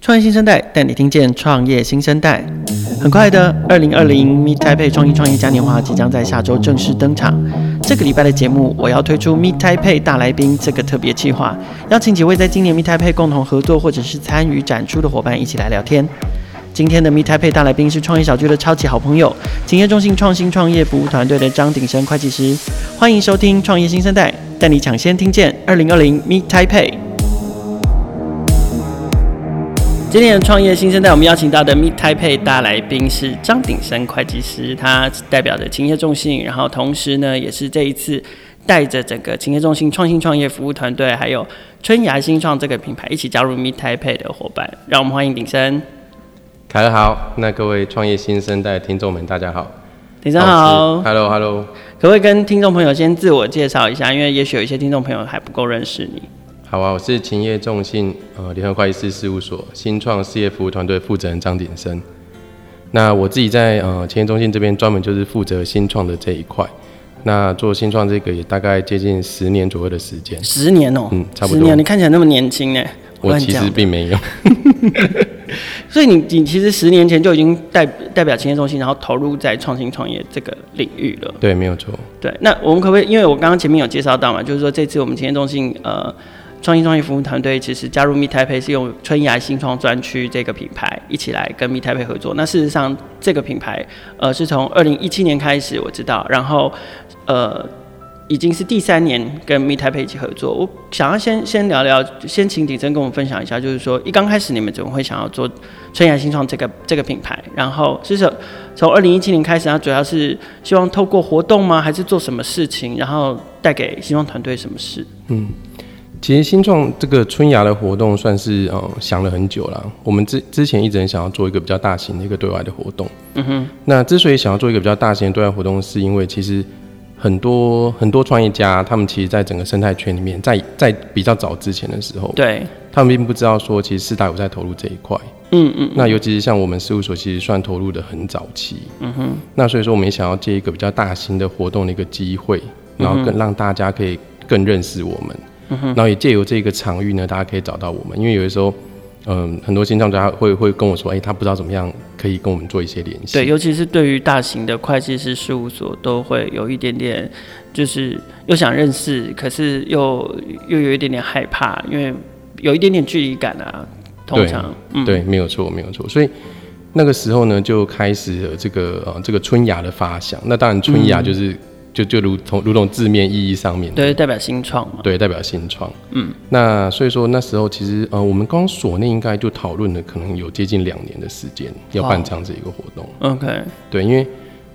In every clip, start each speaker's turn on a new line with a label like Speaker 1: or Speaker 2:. Speaker 1: 创业新生代带你听见创业新生代。很快的，二零二零 Meet Taipei 创意创业嘉年华即将在下周正式登场。这个礼拜的节目，我要推出 Meet Taipei 大来宾这个特别计划，邀请几位在今年 Meet Taipei 共同合作或者是参与展出的伙伴一起来聊天。今天的 Meet Taipei 大来宾是创业小聚的超级好朋友，企业中心创新创业服务团队的张鼎生会计师。欢迎收听《创业新生代》，带你抢先听见二零二零 Meet Taipei。今天的创业新生代，我们邀请到的 Meet Taipei 大来宾是张鼎生会计师，他代表着勤业众信，然后同时呢，也是这一次带着整个勤业众信创新创业服务团队，还有春芽新创这个品牌一起加入 Meet Taipei 的伙伴，让我们欢迎鼎生。
Speaker 2: 凯乐好，那各位创业新生代听众们，大家好。
Speaker 1: 鼎生好，
Speaker 2: ，Hello Hello，
Speaker 1: 可不可以跟听众朋友先自我介绍一下？因为也许有一些听众朋友还不够认识你。
Speaker 2: 好啊，我是勤业众信呃联合会计师事务所新创事业服务团队负责人张鼎生。那我自己在呃勤业中信这边专门就是负责新创的这一块，那做新创这个也大概接近十年左右的时间。
Speaker 1: 十年哦、
Speaker 2: 嗯差不多
Speaker 1: 十年，你看起来那么年轻呢。
Speaker 2: 我
Speaker 1: 乱
Speaker 2: 其
Speaker 1: 讲
Speaker 2: 实并没有，
Speaker 1: 所以你你其实十年前就已经代代表企业中心，然后投入在创新创业这个领域了。
Speaker 2: 对，没有错。
Speaker 1: 对，那我们可不可以？因为我刚刚前面有介绍到嘛，就是说这次我们企业中心呃创新创业服务团队其实加入 Meet Taipei 是用春芽新创专区这个品牌一起来跟 Meet Taipei 合作。那事实上这个品牌呃是从二零一七年开始我知道，然后呃。已经是第三年跟 Meet Taipei 一起合作，我想要先先聊聊，先请鼎真跟我们分享一下，就是说一刚开始你们怎么会想要做春芽新创这个这个品牌？然后是从从二零一七年开始，它主要是希望透过活动吗？还是做什么事情？然后带给新创团队什么事？
Speaker 2: 嗯其实新创这个春芽的活动算是呃想了很久了。我们之之前一直很想要做一个比较大型的一个对外的活动。嗯哼。那之所以想要做一个比较大型的对外活动，是因为其实很多很多创业家，他们其实在整个生态圈里面，在在比较早之前的时候，
Speaker 1: 对，
Speaker 2: 他们并不知道说其实四大有在投入这一块。
Speaker 1: 嗯嗯，
Speaker 2: 那尤其是像我们事务所，其实算投入的很早期。嗯哼。那所以说，我们也想要借一个比较大型的活动的一个机会，
Speaker 1: 嗯
Speaker 2: 然后更让大家可以更认识我们。嗯哼。然后也借由这个场域呢，大家可以找到我们，因为有的时候，嗯，很多新创家会会跟我说，哎、他不知道怎么样可以跟我们做一些联系。
Speaker 1: 对，尤其是对于大型的会计师事务所，都会有一点点，就是又想认识，可是又又有一点点害怕，因为有一点点距离感啊。通
Speaker 2: 对
Speaker 1: 常，嗯，
Speaker 2: 对，没有错，没有错。所以那个时候呢，就开始了这个呃这个春芽的发想。那当然，春芽就是、
Speaker 1: 嗯
Speaker 2: 就就如同如同字面意义上面的
Speaker 1: 对，代表新创嘛。
Speaker 2: 对，代表新创。嗯，那所以说那时候其实呃，我们光所内应该就讨论了，可能有接近两年的时间要办这样子一个活动。
Speaker 1: OK，
Speaker 2: 对，因为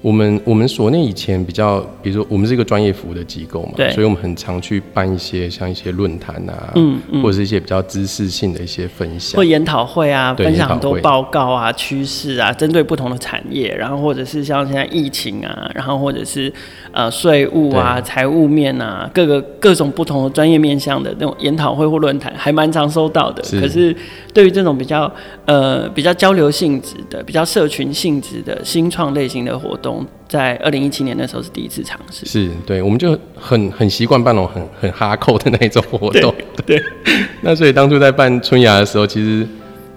Speaker 2: 我们我们所内以前比较，比如说我们是一个专业服务的机构嘛，
Speaker 1: 对
Speaker 2: 所以我们很常去办一些像一些论坛啊，嗯或者是一些比较知识性的一些分享
Speaker 1: 或。研讨会啊，
Speaker 2: 对
Speaker 1: 分享
Speaker 2: 研讨
Speaker 1: 很多
Speaker 2: 会
Speaker 1: 报告啊、趋势啊，针对不同的产业，然后或者是像现在疫情啊，然后或者是呃税务啊、财务面啊，各个各种不同的专业面向的那种研讨会或论坛，还蛮常收到的。
Speaker 2: 是
Speaker 1: 可是对于这种比较呃比较交流性质的、比较社群性质的新创类型的活动，在二零一七年那时候是第一次尝试。
Speaker 2: 是对，我们就很很习惯办那种很很哈扣的那一种活动。 对，那所以当初在办春芽的时候，其实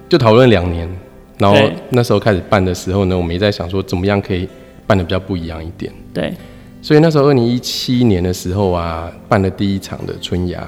Speaker 2: 就讨论两年，然后
Speaker 1: 对
Speaker 2: 那时候开始办的时候呢，我们也在想说怎么样可以办的比较不一样一点。
Speaker 1: 对，
Speaker 2: 所以那时候二零一七年的时候啊，办了第一场的春芽，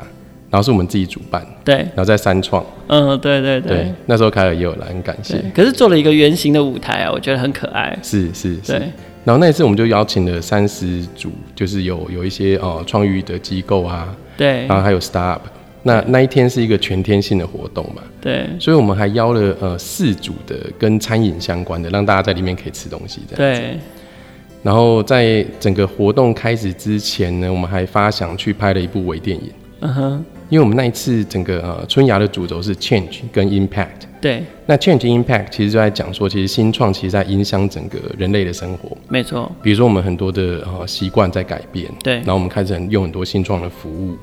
Speaker 2: 然后是我们自己主办，
Speaker 1: 对，
Speaker 2: 然后在三创，
Speaker 1: 嗯，对对对。
Speaker 2: 对，那时候凯尔也有来，很感谢
Speaker 1: 对。可是做了一个圆形的舞台啊，我觉得很可爱。
Speaker 2: 是是是
Speaker 1: 对，
Speaker 2: 然后那一次我们就邀请了三十组，就是有有一些呃创意的机构啊，
Speaker 1: 对
Speaker 2: 然后还有 Startup。那那一天是一个全天性的活动嘛，
Speaker 1: 对
Speaker 2: 所以我们还邀了呃四组的跟餐饮相关的，让大家在里面可以吃东西这样。
Speaker 1: 对，
Speaker 2: 然后在整个活动开始之前呢，我们还发想去拍了一部微电影，
Speaker 1: 嗯哼，
Speaker 2: 因为我们那一次整个呃春芽的主轴是 change 跟 impact。
Speaker 1: 对，
Speaker 2: 那 change impact 其实就在讲说，其实新创其实在影响整个人类的生活，
Speaker 1: 没错，
Speaker 2: 比如说我们很多的呃习惯在改变，
Speaker 1: 对
Speaker 2: 然后我们开始很用很多新创的服务，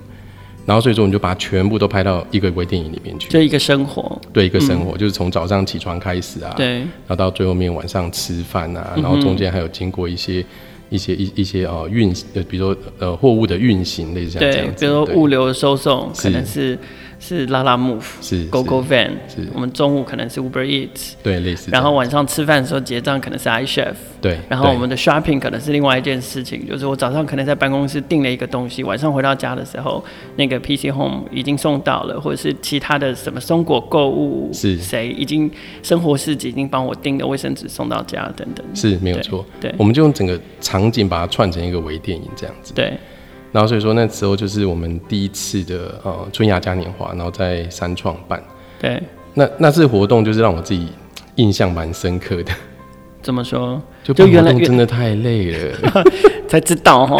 Speaker 2: 然后所以说我们就把它全部都拍到一个微电影里面去。
Speaker 1: 就一个生活，
Speaker 2: 对一个生活，就是从早上起床开始啊，
Speaker 1: 嗯对嗯
Speaker 2: 然后到最后面晚上吃饭啊，然后中间还有经过一些一些一一些呃运呃，比如说呃货物的运行类似像这
Speaker 1: 对
Speaker 2: 样，子，
Speaker 1: 比如说
Speaker 2: 对
Speaker 1: 物流收送，可
Speaker 2: 是
Speaker 1: 能是是拉拉 Move、
Speaker 2: 是
Speaker 1: GoGo Van，
Speaker 2: 是
Speaker 1: 我们中午可能是 Uber Eats，
Speaker 2: 对，类似这
Speaker 1: 然
Speaker 2: 样。
Speaker 1: 后晚上吃饭的时候结账可能是 iChef，
Speaker 2: 对，
Speaker 1: 然后我
Speaker 2: 对
Speaker 1: 们的 shopping 可能是另外一件事情，就是我早上可能在办公室订了一个东西，晚上回到家的时候，那个 PC Home 已经送到了，或者是其他的什么松果购物
Speaker 2: 是
Speaker 1: 谁已经生活市集已经帮我订的卫生纸送到家等等。
Speaker 2: 是没有错。
Speaker 1: 对
Speaker 2: 我们就用整个场景把它串成一个微电影这样子。
Speaker 1: 对，
Speaker 2: 然后所以说那时候就是我们第一次的呃春芽嘉年华，然后在三创办。
Speaker 1: 对，
Speaker 2: 那那次活动就是让我自己印象蛮深刻的，
Speaker 1: 怎么说？
Speaker 2: 就
Speaker 1: 就
Speaker 2: 办
Speaker 1: 原来
Speaker 2: 活动真的太累了。
Speaker 1: 才知道 哈，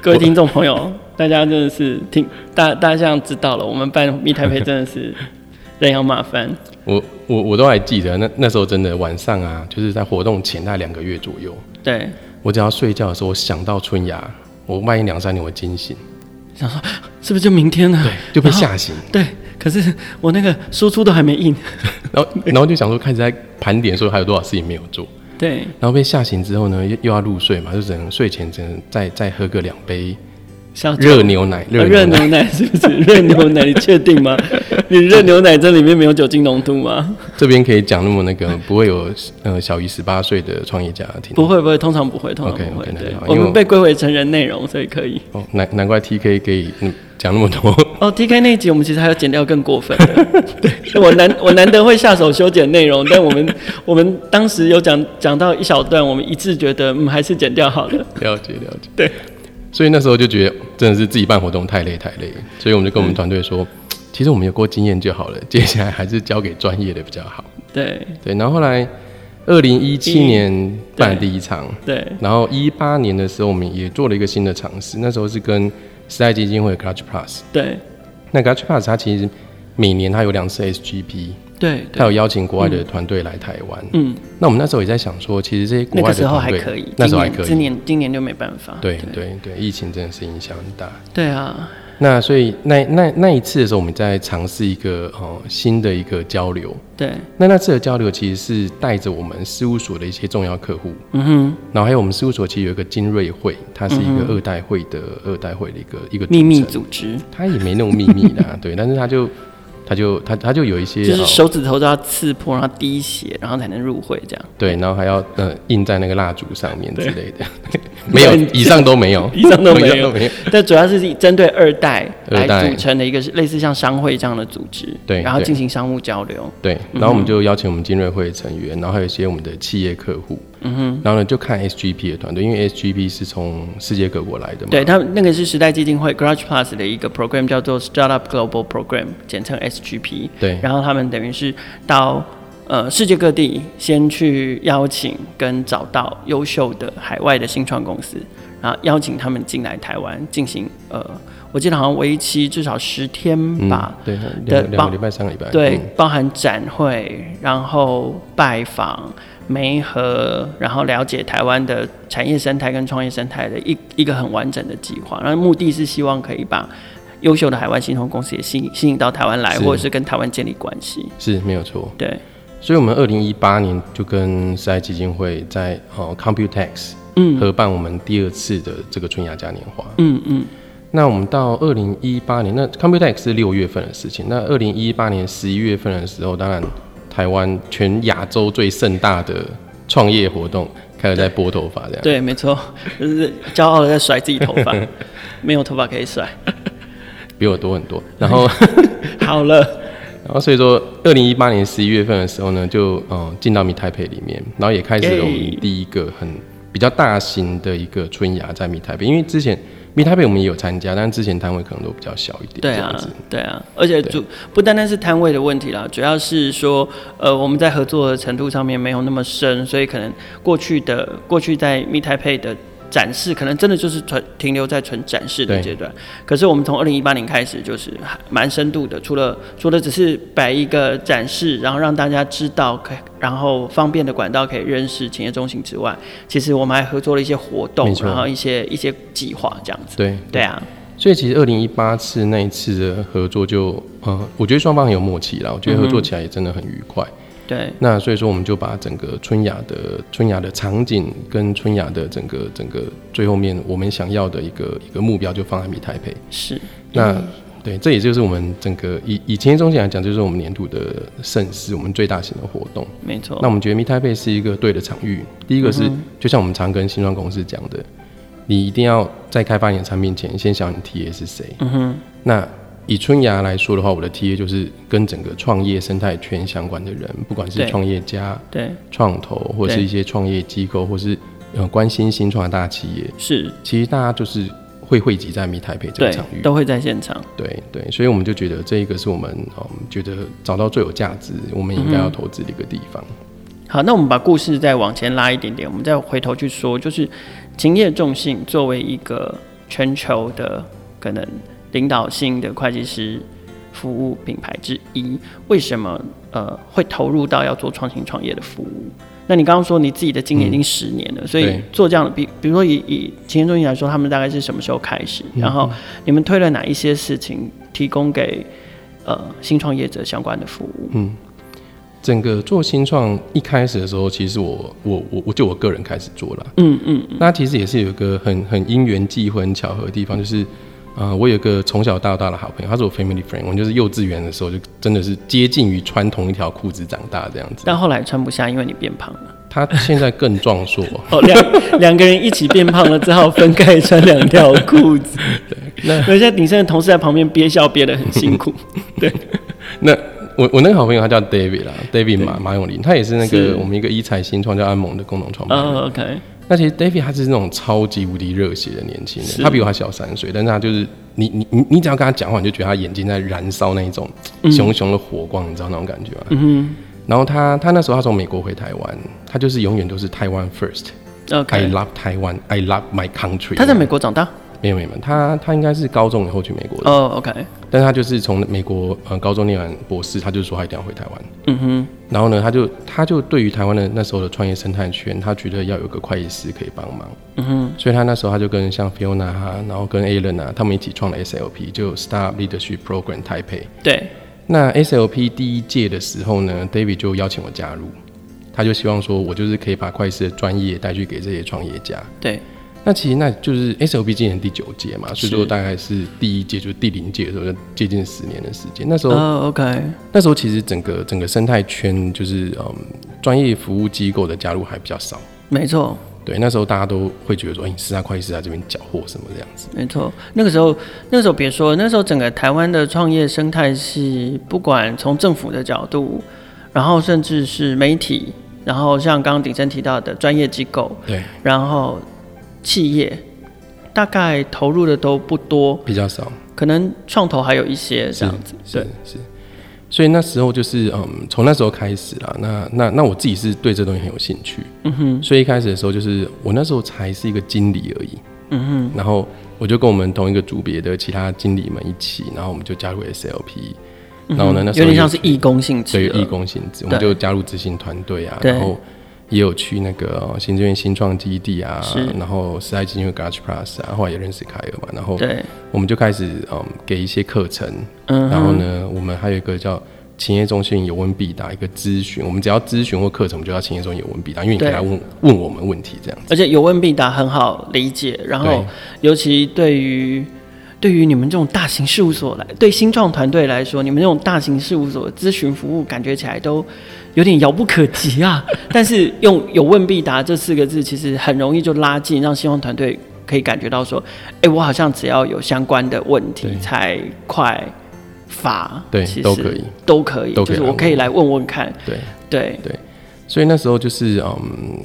Speaker 1: 各位听众朋友，大家真的是听大大家这样知道了，我们办密台配真的是 人仰马翻。
Speaker 2: 我我我都还记得，那那时候真的晚上啊，就是在活动前大概两个月左右，
Speaker 1: 对，
Speaker 2: 我只要睡觉的时候我想到春芽，我万一两三年我惊醒，
Speaker 1: 想说是不是就明天啊呢？
Speaker 2: 就被吓醒，
Speaker 1: 对，可是我那个输出都还没印。
Speaker 2: 然后然后就想说开始在盘点说还有多少事情没有做，
Speaker 1: 对，
Speaker 2: 然后被吓醒之后呢，又又要入睡嘛，就只能睡前只能再再喝个两杯
Speaker 1: 像
Speaker 2: 哦热牛奶，
Speaker 1: 啊
Speaker 2: 牛
Speaker 1: 热牛奶是不是？ 热牛奶，你确定吗？你热牛奶这里面没有酒精浓度吗？
Speaker 2: 这边可以讲那么那个，不会有呃小于十八岁的创业家听。
Speaker 1: 不会不会，通常不会，通常不会。
Speaker 2: OK，OK，那就
Speaker 1: 对
Speaker 2: 好，
Speaker 1: 我
Speaker 2: 因为
Speaker 1: 们
Speaker 2: 我
Speaker 1: 被归为成人内容，所以 可以。
Speaker 2: 哦，难难怪 TK 可以嗯讲那么多，
Speaker 1: 哦，T K 那一集我们其实还要剪掉更过分的。对，我难我难得会下手修剪内容，但我 们我们当时有讲讲到一小段，我们一致觉得嗯还是剪掉好了。
Speaker 2: 了解了解。对，所以那时候就觉得真的是自己办活动太累太累，所以我们就跟我们团队说，其实我们有过经验就好了， 接下来还是交给专业的比较好。
Speaker 1: 对
Speaker 2: 对，然后后来二零一七年办第一场，
Speaker 1: 对
Speaker 2: 然后一八年的时候我们也做了一个新的尝试，那时候是跟时代基金会 Clutch Plus，
Speaker 1: 对
Speaker 2: 那 Clutch Plus 它其实每年它有两次 SGP，
Speaker 1: 对
Speaker 2: 他
Speaker 1: 对
Speaker 2: 有邀请国外的团队来台湾。
Speaker 1: 嗯，
Speaker 2: 那我们那时候也在想说，其实这些国
Speaker 1: 那个
Speaker 2: 外的
Speaker 1: 时候
Speaker 2: 团
Speaker 1: 还
Speaker 2: 队，
Speaker 1: 可以，
Speaker 2: 那时候还
Speaker 1: 今
Speaker 2: 可
Speaker 1: 年
Speaker 2: 以。
Speaker 1: 今年今年就没办法。
Speaker 2: 对对对，疫情真的是影响很大。
Speaker 1: 对啊，
Speaker 2: 那所以那那那一次的时候，我们在尝试一个哦新的一个交流。
Speaker 1: 对，
Speaker 2: 那那次的交流其实是带着我们事务所的一些重要客户，
Speaker 1: 嗯哼，
Speaker 2: 然后还有我们事务所其实有一个金瑞会，它是一个二代会的、二代会的一个一个
Speaker 1: 嗯秘密
Speaker 2: 组成，
Speaker 1: 组织
Speaker 2: 它也没那种秘密 啦，对，但是它就它就它它就有一些
Speaker 1: 就是
Speaker 2: 哦
Speaker 1: 手指头都要刺破，然后滴血，然后才能入会这样。
Speaker 2: 对，然后还要呃印在那个蜡烛上面之类的， 没有，以上都没有，
Speaker 1: 以上都没有
Speaker 2: 以上
Speaker 1: 但主要是以针对二代来
Speaker 2: 二代
Speaker 1: 组成的一个类似像商会这样的组织，
Speaker 2: 对
Speaker 1: 然后
Speaker 2: 对
Speaker 1: 进行商务交流。
Speaker 2: 对，然后我们就邀请我们金瑞会的成员，然后还有一些我们的企业客户，嗯哼，然后呢就看 SGP 的团队，因为 SGP 是从世界各国来的嘛，
Speaker 1: 对，他们那个是时代基金会 Garage Plus 的一个 program，叫做 Startup Global Program，简称 SGP。
Speaker 2: 对
Speaker 1: 然后他们等于是到呃世界各地先去邀请跟找到优秀的海外的新创公司，然后邀请他们进来台湾进行呃，我记得好像为期至少十天
Speaker 2: 嗯
Speaker 1: 吧。
Speaker 2: 对，
Speaker 1: 对
Speaker 2: 两个两
Speaker 1: 帮
Speaker 2: 个礼拜、三个礼拜，
Speaker 1: 对
Speaker 2: 嗯，
Speaker 1: 包含展会，然后拜访、媒合，然后了解台湾的产业生态跟创业生态的一一个很完整的计划。然后目的是希望可以把优秀的海外新创公司也吸引吸引到台湾来，
Speaker 2: 是
Speaker 1: 或者是跟台湾建立关系。
Speaker 2: 是没有错。
Speaker 1: 对，
Speaker 2: 所以我们二零一八年就跟时代基金会在哦 Computex
Speaker 1: 嗯
Speaker 2: 合办我们第二次的这个春芽嘉年华，
Speaker 1: 嗯嗯，
Speaker 2: 那我们到二零一八年，那 Computex 是六月份的事情。那二零一八年十一月份的时候，当然台湾全亚洲最盛大的创业活动开始在拨头发这样。
Speaker 1: 对，没错，就是骄傲的在甩自己头发，没有头发可以甩。
Speaker 2: 比我多很多。然后，
Speaker 1: 好了，
Speaker 2: 然后所以说，二零一八年十一月份的时候呢，就嗯进到米台北里面，然后也开始了我们
Speaker 1: Yay
Speaker 2: 第一个很比较大型的一个春芽在米台北，因为之前米台北我们也有参加，但之前摊位可能都比较小一点。
Speaker 1: 对
Speaker 2: 这
Speaker 1: 啊
Speaker 2: 样子。，
Speaker 1: 对啊，而且主不单单是摊位的问题啦，主要是说，呃，我们在合作的程度上面没有那么深，所以可能过去的过去在 m e t a i p e 的展示，可能真的就是纯停留在纯展示的
Speaker 2: 对
Speaker 1: 阶段。可是我们从二零一八年开始，就是还蛮深度的，除了除了只是摆一个展示，然后让大家知道可以，然后方便的管道可以认识企业中心之外，其实我们还合作了一些活动
Speaker 2: 没，错
Speaker 1: 然后一些一些计划这样子。
Speaker 2: 对
Speaker 1: 对啊，
Speaker 2: 所以其实二零一八次那一次的合作就，呃，我觉得双方很有默契啦，我觉得合作起来也真的很愉快。
Speaker 1: 对。
Speaker 2: 那所以说，我们就把整个春雅的春雅的场景跟春雅的整个整个最后面我们想要的一个一个目标，就放在米台北。
Speaker 1: 是，
Speaker 2: 那对，这也就是我们整个以以前中心来讲，就是我们年度的盛事，我们最大型的活动。
Speaker 1: 没错。
Speaker 2: 那我们觉得 Meet Taipei 是一个对的场域。第一个是，就像我们常跟新创公司讲的，你一定要在开发你的产品前，先想你 TA 是谁。嗯哼。那以春芽来说的话，我的 TA 就是跟整个创业生态圈相关的人，不管是
Speaker 1: 对
Speaker 2: 创业家、
Speaker 1: 对，
Speaker 2: 创投，或者是
Speaker 1: 对
Speaker 2: 一些创业机构，或是呃关心新创的大企业，
Speaker 1: 是，
Speaker 2: 其实大家就是会汇集在 Meet Taipei 这个
Speaker 1: 对
Speaker 2: 场域，。
Speaker 1: 都会在现场。
Speaker 2: 对对，所以我们就觉得这一个是我们嗯觉得找到最有价值，我们
Speaker 1: 嗯
Speaker 2: 应该要投资的一个地方。
Speaker 1: 好，那我们把故事再往前拉一点点，我们再回头去说，就是勤业众信作为一个全球的可能领导性的会计师服务品牌之一，为什么呃会投入到要做创新创业的服务？那你刚刚说你自己的经验已经十年了，所以
Speaker 2: 对
Speaker 1: 做这样的，比比如说以以勤业中心来说，他们大概是什么时候开始？然后你们推了哪一些事情提供给呃新创业者相关的服务？
Speaker 2: 嗯整个做新创一开始的时候，其实我我我我就我个人开始做了，嗯嗯，那其实也是有一个很很因缘际会、很巧合的地方，就是啊、呃我有一个从小到大的好朋友，他是我 family friend，我们就是幼稚园的时候就真的是接近于穿同一条裤子长大这样子。
Speaker 1: 但后来穿不下，因为你变胖了。
Speaker 2: 他现在更壮硕，
Speaker 1: 哦，两两个人一起变胖了，只好分开穿两条裤子。对，那现在鼎盛的同事在旁边憋笑憋得很辛苦。
Speaker 2: 那我我那个好朋友他叫 David 啦，David 马马永林，他也是那
Speaker 1: 是
Speaker 2: 个我们一个一财新创叫安盟的共同创办人。
Speaker 1: 哦，OK，
Speaker 2: 那其实 David 他是那种超级无敌热血的年轻人
Speaker 1: 是，
Speaker 2: 他比我还小三岁，但是他就是你你你你只要跟他讲话，你就觉得他眼睛在燃烧那一种熊熊的火光，你知道那种感觉吗？
Speaker 1: 嗯
Speaker 2: 然后他他那时候他从美国回台湾，他就是永远都是台湾 first，I
Speaker 1: 哼，OK。
Speaker 2: love 台湾，I love my country。
Speaker 1: 他在美国长大。
Speaker 2: 没有没有，他他应该是高中以后去美国的，
Speaker 1: 哦，OK，
Speaker 2: 但是他就是从美国呃高中念完博士，他就说他一定要回台湾。
Speaker 1: 嗯哼，
Speaker 2: 然后呢，他就他就对于台湾的那时候的创业生态圈，他觉得要有个会计师可以帮忙，
Speaker 1: 嗯哼，
Speaker 2: 所以他那时候他就跟像 Fiona 啊，然后跟 Alan 啊，他们一起创了 SLP，就 Star Leadership Program 台北。
Speaker 1: 对，
Speaker 2: 那 SLP 第一届的时候呢，David 就邀请我加入，他就希望说我就是可以把会计师的专业带去给这些创业家。
Speaker 1: 对，
Speaker 2: 那其实那就是 SLP 今年第九届嘛，所以说
Speaker 1: 是
Speaker 2: 大概是第一届就是第零届的时候，就接近十年的时间。那时候
Speaker 1: 哦，OK，
Speaker 2: 那时候其实整个整个生态圈就是嗯，专业服务机构的加入还比较少。
Speaker 1: 没错，
Speaker 2: 对，那时候大家都会觉得说，哎、你四大会计师在这边缴获什么这样子。
Speaker 1: 没错。那个时候，那个时候别说，那时候整个台湾的创业生态是，不管从政府的角度，然后甚至是媒体，然后像刚刚鼎盛提到的专业机构，
Speaker 2: 对，
Speaker 1: 然后企业大概投入的都不多，
Speaker 2: 比较少。
Speaker 1: 可能创投还有一些这样子。
Speaker 2: 是
Speaker 1: 对，
Speaker 2: 是。所以那时候就是嗯，从那时候开始啦。那那那我自己是对这东西很有兴趣。嗯哼。所以一开始的时候，就是我那时候才是一个经理而已。嗯哼。然后我就跟我们同一个组别的其他经理们一起，然后我们就加入 SLP。然后呢，那时
Speaker 1: 有点
Speaker 2: 候也
Speaker 1: 像是义工性质
Speaker 2: 对
Speaker 1: 了。
Speaker 2: 义工性质，我们
Speaker 1: 对
Speaker 2: 就加入执行团队啊，
Speaker 1: 对
Speaker 2: 然后也有去那个呃行政院新创基地啊
Speaker 1: 是，
Speaker 2: 然后时代基金会 Garage Plus 啊，后来也认识凯尔嘛，然后
Speaker 1: 对，
Speaker 2: 我们就开始嗯给一些课程，
Speaker 1: 嗯
Speaker 2: 然后呢，我们还有一个叫勤业中心有问必答一个咨询，我们只要咨询或课程，我们就要勤业中心有问必答，因为你可以
Speaker 1: 对
Speaker 2: 来问问我们问题这样子。
Speaker 1: 而且有问必答很好理解，然后
Speaker 2: 对
Speaker 1: 尤其对于。对于你们这种大型事务所来，对新创团队来说，你们这种大型事务所的咨询服务，感觉起来都有点遥不可及 啊。但是用“有问必答”这四个字，其实很容易就拉近，让新创团队可以感觉到说，哎，我好像只要有相关的问题
Speaker 2: 对
Speaker 1: 才快发，
Speaker 2: 对
Speaker 1: 其实
Speaker 2: 都可以，
Speaker 1: 都可以，
Speaker 2: 都
Speaker 1: 就
Speaker 2: 可以嗯
Speaker 1: 是我可以来问问看，
Speaker 2: 对，
Speaker 1: 对，
Speaker 2: 所以那时候就是嗯，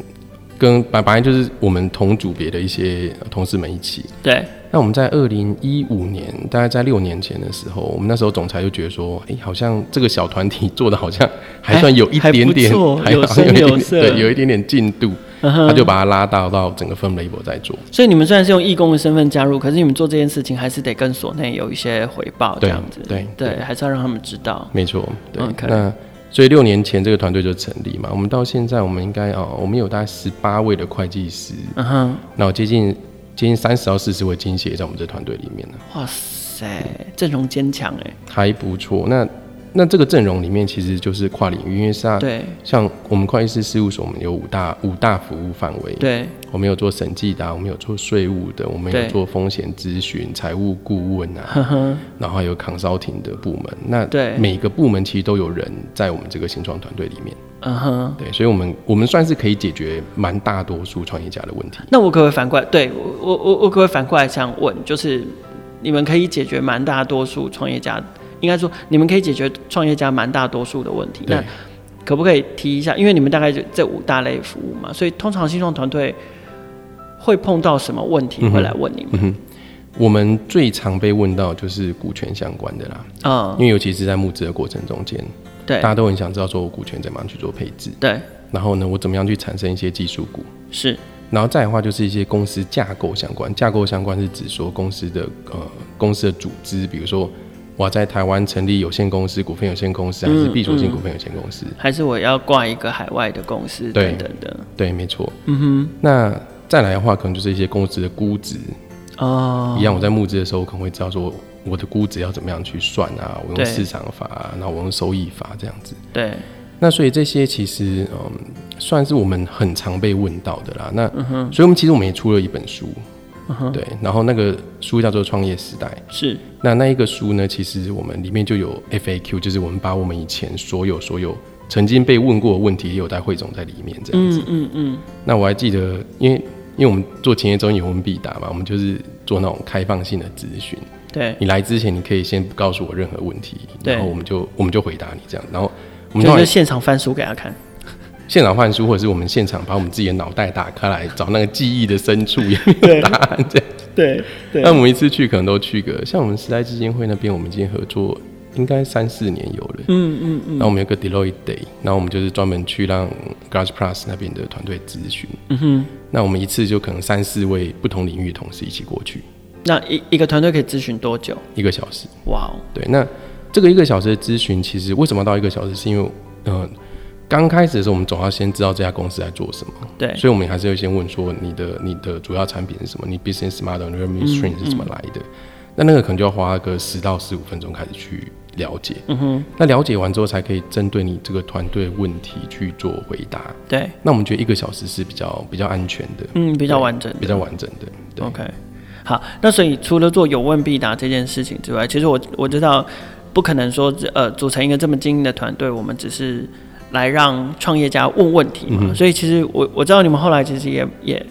Speaker 2: 跟本本来就是我们同组别的一些呃同事们一起，
Speaker 1: 对，
Speaker 2: 那我们在二零一五年，大概在六年前的时候，我们那时候总裁就觉得说，哎、好像这个小团体做的好像还算有一
Speaker 1: 还
Speaker 2: 点点
Speaker 1: 哎还不错，有
Speaker 2: 好像
Speaker 1: 声
Speaker 2: 一点
Speaker 1: 有色
Speaker 2: 对，有一点点进度，
Speaker 1: 嗯哼
Speaker 2: 他就把它拉到到整个 firm label 在做。
Speaker 1: 所以你们虽然是用义工的身份加入，可是你们做这件事情还是得跟所内有一些回报，这
Speaker 2: 对
Speaker 1: 样子，
Speaker 2: 对
Speaker 1: 对，还是要让他们知道，
Speaker 2: 没错，对。
Speaker 1: OK
Speaker 2: 那所以六年前这个团队就成立嘛，我们到现在我们应该哦，我们有大概十八位的会计师，
Speaker 1: 嗯哼，
Speaker 2: 然后接近接近三十到四十位金协在我们这团队里面呢，
Speaker 1: 哇塞，阵容坚强哎，
Speaker 2: 还不错。那那这个阵容里面其实就是跨领域，因为像
Speaker 1: 对
Speaker 2: 像我们会计师事务所，我们有五大五大服务范围，
Speaker 1: 对
Speaker 2: 我们有做审计的啊、我们有做税务的，我们
Speaker 1: 对
Speaker 2: 有做风险咨询、财务顾问啊，
Speaker 1: 呵呵，
Speaker 2: 然后还有 consulting 的部门。那
Speaker 1: 对
Speaker 2: 每个部门其实都有人在我们这个新创团队里面，
Speaker 1: 嗯哼。
Speaker 2: 对，所以我们我们算是可以解决蛮大多数创业家的问题。
Speaker 1: 那我可不可以反过来？对我我我我可不可以反过来想问，就是你们可以解决蛮大多数创业家，应该说你们可以解决创业家蛮大多数的问题。那
Speaker 2: 对，
Speaker 1: 可不可以提一下？因为你们大概就这五大类服务嘛，所以通常新创团队会碰到什么问题
Speaker 2: 嗯哼
Speaker 1: 会来问你们？
Speaker 2: 我们最常被问到就是股权相关的啦，
Speaker 1: 嗯，
Speaker 2: 因为尤其是在募资的过程中间，大
Speaker 1: 对
Speaker 2: 家都很想知道说我股权怎么样去做配置，
Speaker 1: 对
Speaker 2: 然后呢，我怎么样去产生一些技术股。
Speaker 1: 是，
Speaker 2: 然后再的话就是一些公司架构相关，架构相关是指说公司的呃公司的组织，比如说我要在台湾成立有限公司、股份有限公司，还是
Speaker 1: 嗯
Speaker 2: 闭锁性股份有限公司？
Speaker 1: 还是我要挂一个海外的公司
Speaker 2: 对
Speaker 1: 等等的？
Speaker 2: 对，没错。嗯哼。那再来的话，可能就是一些公司的估值，
Speaker 1: 哦，
Speaker 2: 一样我在募资的时候，我可能会知道说我的估值要怎么样去算啊，我
Speaker 1: 对
Speaker 2: 用市场法啊，然后我用收益法这样子。
Speaker 1: 对
Speaker 2: 那所以这些其实嗯，算是我们很常被问到的啦。那、
Speaker 1: 嗯
Speaker 2: 所以我们其实我们也出了一本书，对，然后那个书叫做《创业时代》。
Speaker 1: 是，
Speaker 2: 那那一个书呢，其实我们里面就有 FAQ，就是我们把我们以前所有所有曾经被问过的问题，也有在汇总在里面这样子。
Speaker 1: 嗯嗯嗯，
Speaker 2: 那我还记得，因为因为我们做前业中有问必答嘛，我们就是做那种开放性的咨询。
Speaker 1: 对，
Speaker 2: 你来之前，你可以先不告诉我任何问题，
Speaker 1: 对
Speaker 2: 然后我们就我们就回答你这样，然后我们
Speaker 1: 就
Speaker 2: 通
Speaker 1: 是
Speaker 2: 常
Speaker 1: 现场翻书给他看。
Speaker 2: 现场换书，或者是我们现场把我们自己的脑袋打开来，找那个记忆的深处有没有答案这样。
Speaker 1: 对对
Speaker 2: 那我们一次去可能都去个，像我们时代基金会那边，我们已经合作应该三四年有了。
Speaker 1: 嗯嗯嗯，
Speaker 2: 那我们有个 Deloitte Day，那我们就是专门去让 g a s Plus 那边的团队咨询。嗯哼。那我们一次就可能三四位不同领域的同事一起过去，
Speaker 1: 那一一个团队可以咨询多久？
Speaker 2: 一个小时。
Speaker 1: 哇哦，
Speaker 2: 对，那这个一个小时的咨询，其实为什么到一个小时？是因为，呃，刚开始的时候，我们总要先知道这家公司在做什么，
Speaker 1: 对
Speaker 2: 所以我们还是要先问说你的你的主要产品是什么，你 business model、你 revenue stream 是怎么来的？那那个可能就要花个十到十五分钟开始去了解。嗯哼，那了解完之后，才可以针对你这个团队问题去做回答。
Speaker 1: 对，
Speaker 2: 那我们觉得一个小时是比较比较安全的，
Speaker 1: 嗯，比较完整
Speaker 2: 比
Speaker 1: 的。
Speaker 2: 较完整的。对，
Speaker 1: OK，好，那所以除了做有问必答这件事情之外，其实我我知道不可能说呃组成一个这么精英的团队，我们只是来让创业家问问题
Speaker 2: 嗯
Speaker 1: 嘛。所以其实我我知道你们后来其实也也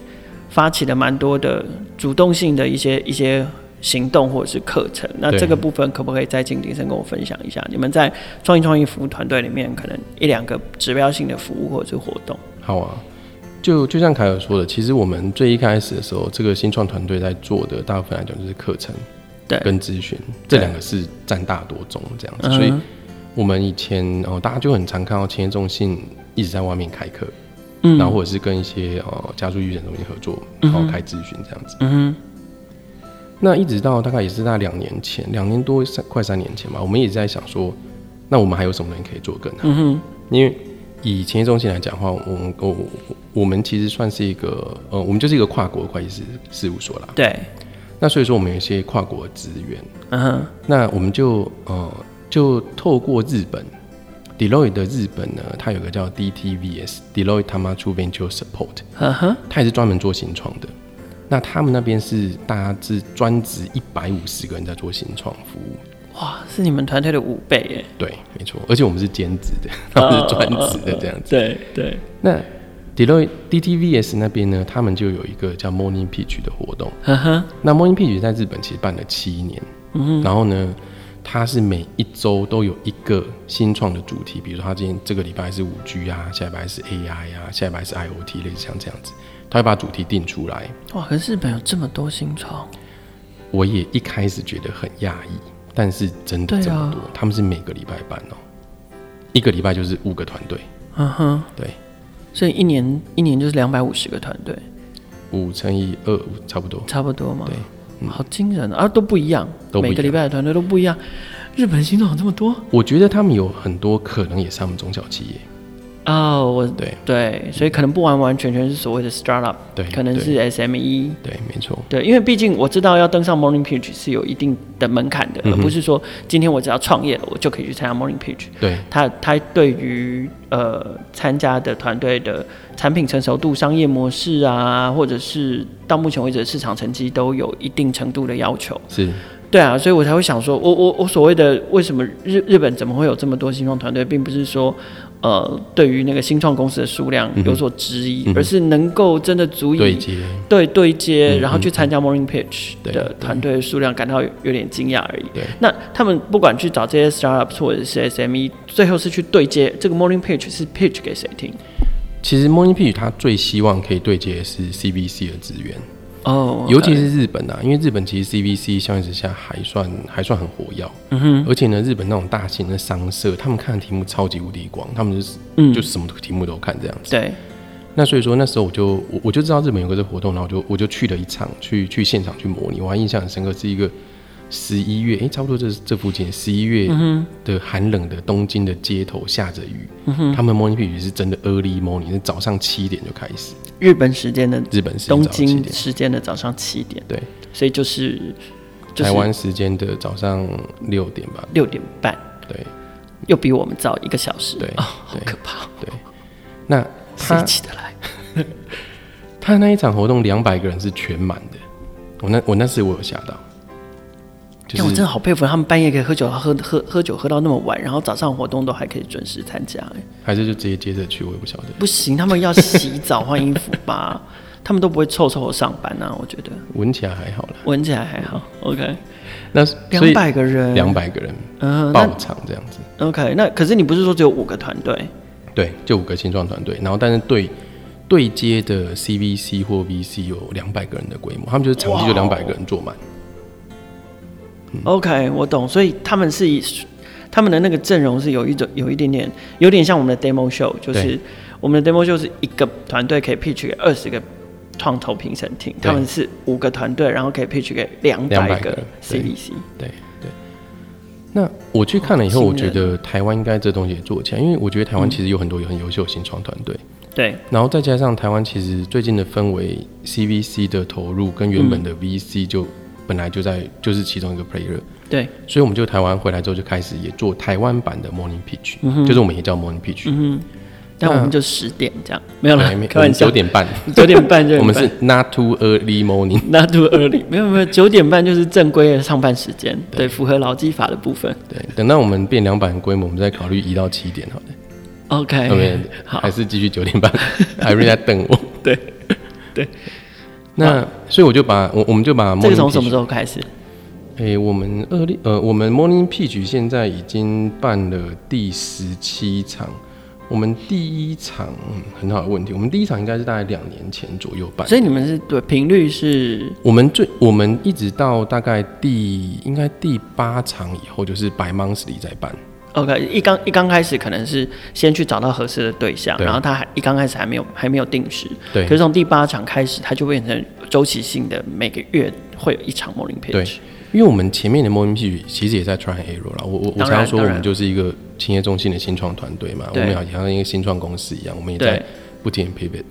Speaker 1: 发起了蛮多的主动性的一些一些。行动或者是课程，那
Speaker 2: 对
Speaker 1: 这个部分可不可以再请鼎盛跟我分享一下？你们在创意创意服务团队里面，可能一两个指标性的服务或者是活动，
Speaker 2: 好啊，就就像凯尔说的，其实我们最一开始的时候，这个新创团队在做的大部分来讲就是课程
Speaker 1: 对，
Speaker 2: 跟咨询，
Speaker 1: 对
Speaker 2: 这两个是占大多宗这样
Speaker 1: 嗯哼
Speaker 2: 子。所以我们以前哦，大家就很常看到千叶中信一直在外面开课，
Speaker 1: 嗯
Speaker 2: 然后或者是跟一些哦家族育诊中心合作，然后开咨询这样子。
Speaker 1: 嗯
Speaker 2: 那一直到大概也是在两年前，两年多三快三年前吧，我们一直在想说，那我们还有什么人可以做更好？
Speaker 1: 哼，嗯哼，
Speaker 2: 因为以前业中心来讲的话，我们我我我们其实算是一个呃，我们就是一个跨国会计师事务所啦。
Speaker 1: 对，
Speaker 2: 那所以说我们有一些跨国的资源，
Speaker 1: 嗯哼，
Speaker 2: 那我们就呃就透过日本 Deloitte 的日本呢，它有个叫 DTVS Deloitte Tamatsu Venture Support，
Speaker 1: 嗯哼，
Speaker 2: 它也是专门做新创的。那他们那边是大家是专职一百五十个人在做新创服务，
Speaker 1: 哇，是你们团队的五倍耶！
Speaker 2: 对，没错，而且我们是兼职的， 他们是专职的这样子。
Speaker 1: 哦对对，
Speaker 2: 那 Deloitte DTVS 那边呢，他们就有一个叫 Morning Pitch 的活动。
Speaker 1: 呵呵，
Speaker 2: 那 Morning Pitch 在日本其实办了七年，
Speaker 1: 嗯
Speaker 2: 然后呢，它是每一周都有一个新创的主题，比如说它今天这个礼拜是五 G 啊，下礼拜是 AI 啊，下礼拜是 IOT 类似像这样子，他会把主题定出来。
Speaker 1: 哇，可是日本有这么多新创，
Speaker 2: 我也一开始觉得很讶异，但是真的
Speaker 1: 对啊
Speaker 2: 这么多，他们是每个礼拜办哦、一个礼拜就是五个团队，
Speaker 1: 嗯哼，
Speaker 2: 对，
Speaker 1: 所以一年一年就是两百五十个团队，
Speaker 2: 五乘以二五差不多。
Speaker 1: 差不多嘛。
Speaker 2: 对，嗯
Speaker 1: 好惊人啊！都不一样，
Speaker 2: 都不一样
Speaker 1: 每个礼拜的团队都不一样。日本新创有这么多
Speaker 2: 我觉得他们有很多可能也是他们中小企业，
Speaker 1: 啊、哦，我
Speaker 2: 对
Speaker 1: 对，所以可能不完完全全是所谓的 startup，
Speaker 2: 对
Speaker 1: 可能是 SME，
Speaker 2: 对，没错，
Speaker 1: 对，因为毕竟我知道要登上 Morning Page 是有一定的门槛
Speaker 2: 嗯
Speaker 1: 的，而不是说今天我只要创业了，我就可以去参加 Morning Page。
Speaker 2: 对
Speaker 1: 他他对于呃参加的团队的产品成熟度、商业模式啊，或者是到目前为止的市场成绩都有一定程度的要求。
Speaker 2: 是，
Speaker 1: 对啊，所以我才会想说，我我我所谓的为什么日日本怎么会有这么多新创团队，并不是说呃对于那个新创公司的数量有所质疑，而是能够真的足以
Speaker 2: 对接，
Speaker 1: 对对接，
Speaker 2: 嗯
Speaker 1: 然后去参加 Morning Pitch
Speaker 2: 对
Speaker 1: 的团队数量感到有有点惊讶而已
Speaker 2: 对。
Speaker 1: 那他们不管去找这些 startups 或者是 SME，最后是去对接这个 Morning Pitch 是 pitch 给谁听？
Speaker 2: 其实 Morning Page 它最希望可以对接的是 CVC 的资源，
Speaker 1: 哦，
Speaker 2: 尤其是日本啊，因为日本其实 CVC 相比之下还算还算很活跃，嗯哼，而且呢，日本那种大型的商社，他们看的题目超级无敌广，他们就是、
Speaker 1: 嗯
Speaker 2: 就什么题目都看这样子。
Speaker 1: 对，
Speaker 2: 那所以说那时候我就我我就知道日本有个这活动，然后我就我就去了一场，去去现场去模拟，我还印象很深刻，是一个十一月，诶，差不多这这附近十一月
Speaker 1: 嗯
Speaker 2: 的寒冷的东京的街头下着雨，
Speaker 1: 嗯
Speaker 2: 他们 morning pitch 是真的 early morning，是早上七点就开始，
Speaker 1: 日本时间的
Speaker 2: 日本是
Speaker 1: 东
Speaker 2: 早上7
Speaker 1: 京
Speaker 2: 点，
Speaker 1: 时间的早上七点，
Speaker 2: 对，
Speaker 1: 所以就是就是
Speaker 2: 台湾时间的早上六点吧，
Speaker 1: 六点半，
Speaker 2: 对
Speaker 1: 又比我们早一个小时，
Speaker 2: 对
Speaker 1: 哦，好
Speaker 2: 对
Speaker 1: 可 怕，
Speaker 2: 对。那
Speaker 1: 谁
Speaker 2: 他
Speaker 1: 起得来？
Speaker 2: 他那一场活动两百个人是全满的，我那我那次我有吓到，
Speaker 1: 但哎我真的好佩服他们半夜可以喝酒，喝喝喝酒喝到那么晚，然后早上活动都还可以准时参加、哎
Speaker 2: 还是就直接接着去，我也不晓得。
Speaker 1: 不行，他们要洗澡换衣服吧， 他们都不会臭臭的上班啊，我觉得
Speaker 2: 闻起来还好啦。
Speaker 1: 闻起来还好。OK，
Speaker 2: 那所
Speaker 1: 两
Speaker 2: 以
Speaker 1: 百个人，
Speaker 2: 两百个人
Speaker 1: 嗯、
Speaker 2: 爆场这样子，
Speaker 1: 那 OK，那可是你不是说只有五个团队？
Speaker 2: 对，就五个新创团队，然后但是对对接的 CVC 或 VC 有两百个人的规模，他们就是场地就
Speaker 1: 哇哦
Speaker 2: 两百个人坐满，嗯
Speaker 1: OK，我懂，所以他们是以他们的那个阵容是有一种有一点点有点像我们的 demo show，就是
Speaker 2: 对
Speaker 1: 我们的 demo show 是一个团队可以 pitch 给二十个创投评审听，他们是五个团队，然后可以 pitch 给两百
Speaker 2: 200
Speaker 1: 个
Speaker 2: 个对
Speaker 1: CVC。
Speaker 2: 对对。那我去看了以后，
Speaker 1: 好
Speaker 2: 我
Speaker 1: 惊
Speaker 2: 觉
Speaker 1: 人
Speaker 2: 得台湾应该这东西也做起来，因为我觉得台湾其实有很多很优秀的新创团队，
Speaker 1: 对，
Speaker 2: 然后再加上台湾其实最近的氛围，CVC 的投入跟原本的
Speaker 1: 嗯
Speaker 2: VC 就本来就在就是其中一个 player，
Speaker 1: 对，
Speaker 2: 所以我们就台湾回来之后就开始也做台湾版的 Morning Pitch，、就是我
Speaker 1: 嗯
Speaker 2: 们也叫 Morning Pitch，、
Speaker 1: 但我们就十点这样，没有啦
Speaker 2: 对，没，
Speaker 1: 嗯开玩笑
Speaker 2: 九，点半，
Speaker 1: 九点半就
Speaker 2: 我们是 not too early morning。
Speaker 1: 那 o 二零，没有没有，九点半就是正规的上班时间，对，符合劳基法的部分。
Speaker 2: 对，等到我们变两百人规模，我们再考虑移到七点，好的，后
Speaker 1: OK，
Speaker 2: 面
Speaker 1: 哎好
Speaker 2: 还是继续九点半， 艾瑞在等我。
Speaker 1: 对，
Speaker 2: 那所以我就把我我们就把 morning
Speaker 1: 这个从什么时
Speaker 2: pitch-
Speaker 1: 候开始？
Speaker 2: 诶、我们二零呃，我们 morning pitch 现在已经办了第十七场。我们第一场、嗯、很好的问题，我们第一场应该是大概两年前左右办的。
Speaker 1: 所以你们是对频率是
Speaker 2: 我们最我们一直到大概第应该第八场以后，就是白 monthly 在办。
Speaker 1: OK，一刚一刚开始可能是先去找到合适的对象，
Speaker 2: 对啊
Speaker 1: 然后他还一刚开始还没有还没有定时，
Speaker 2: 对
Speaker 1: 可是从第八场开始，它就变成周期性的，每个月会有一场 morning
Speaker 2: 对
Speaker 1: pitch。，
Speaker 2: 因为我们前面的 Morning Pitch 其实也在 try and error 啦。我我我
Speaker 1: 当然
Speaker 2: 常常说
Speaker 1: 当
Speaker 2: 我
Speaker 1: 然
Speaker 2: 们就是一个企业中心的新创团队嘛，我
Speaker 1: 对
Speaker 2: 们好像一个新创公司一样，我们也在
Speaker 1: 对
Speaker 2: 不停地 pivot。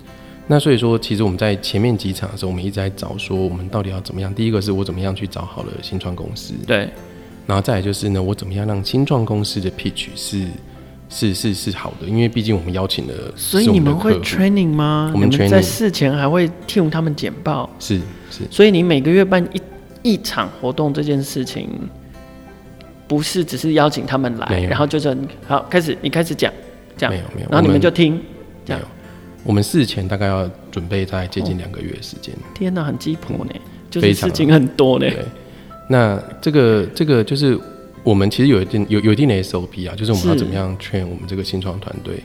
Speaker 2: 那所以说，其实我们在前面几场的时候，我们一直在找说我们到底要怎么样。第一个是我怎么样去找好了新创公司，
Speaker 1: 对
Speaker 2: 然后再来就是呢，我怎么样让新创公司的 pitch 是是是是好的，因为毕竟我们邀请了是
Speaker 1: 所
Speaker 2: 我的客户，
Speaker 1: 以你们会 training 吗？
Speaker 2: 我们
Speaker 1: 你们在
Speaker 2: training
Speaker 1: 事前还会 team 他们简报，
Speaker 2: 是是
Speaker 1: 所以你每个月办一一场活动这件事情，不是只是邀请他们来
Speaker 2: 没，有
Speaker 1: 然后就是好开始你开始讲讲，
Speaker 2: 没有没有
Speaker 1: 然后你们
Speaker 2: 我们
Speaker 1: 就听，这
Speaker 2: 没
Speaker 1: 样
Speaker 2: 有。我们事前大概要准备大概接近两个月的时间。
Speaker 1: 天哪，很鸡婆呢，就
Speaker 2: 非
Speaker 1: 是
Speaker 2: 常
Speaker 1: 事
Speaker 2: 啊
Speaker 1: 情很多呢。
Speaker 2: 对那这个这个就是我们其实有一定有有一定的 SOP 啊，就是我们要
Speaker 1: 是
Speaker 2: 怎么样 train 我们这个新创团队，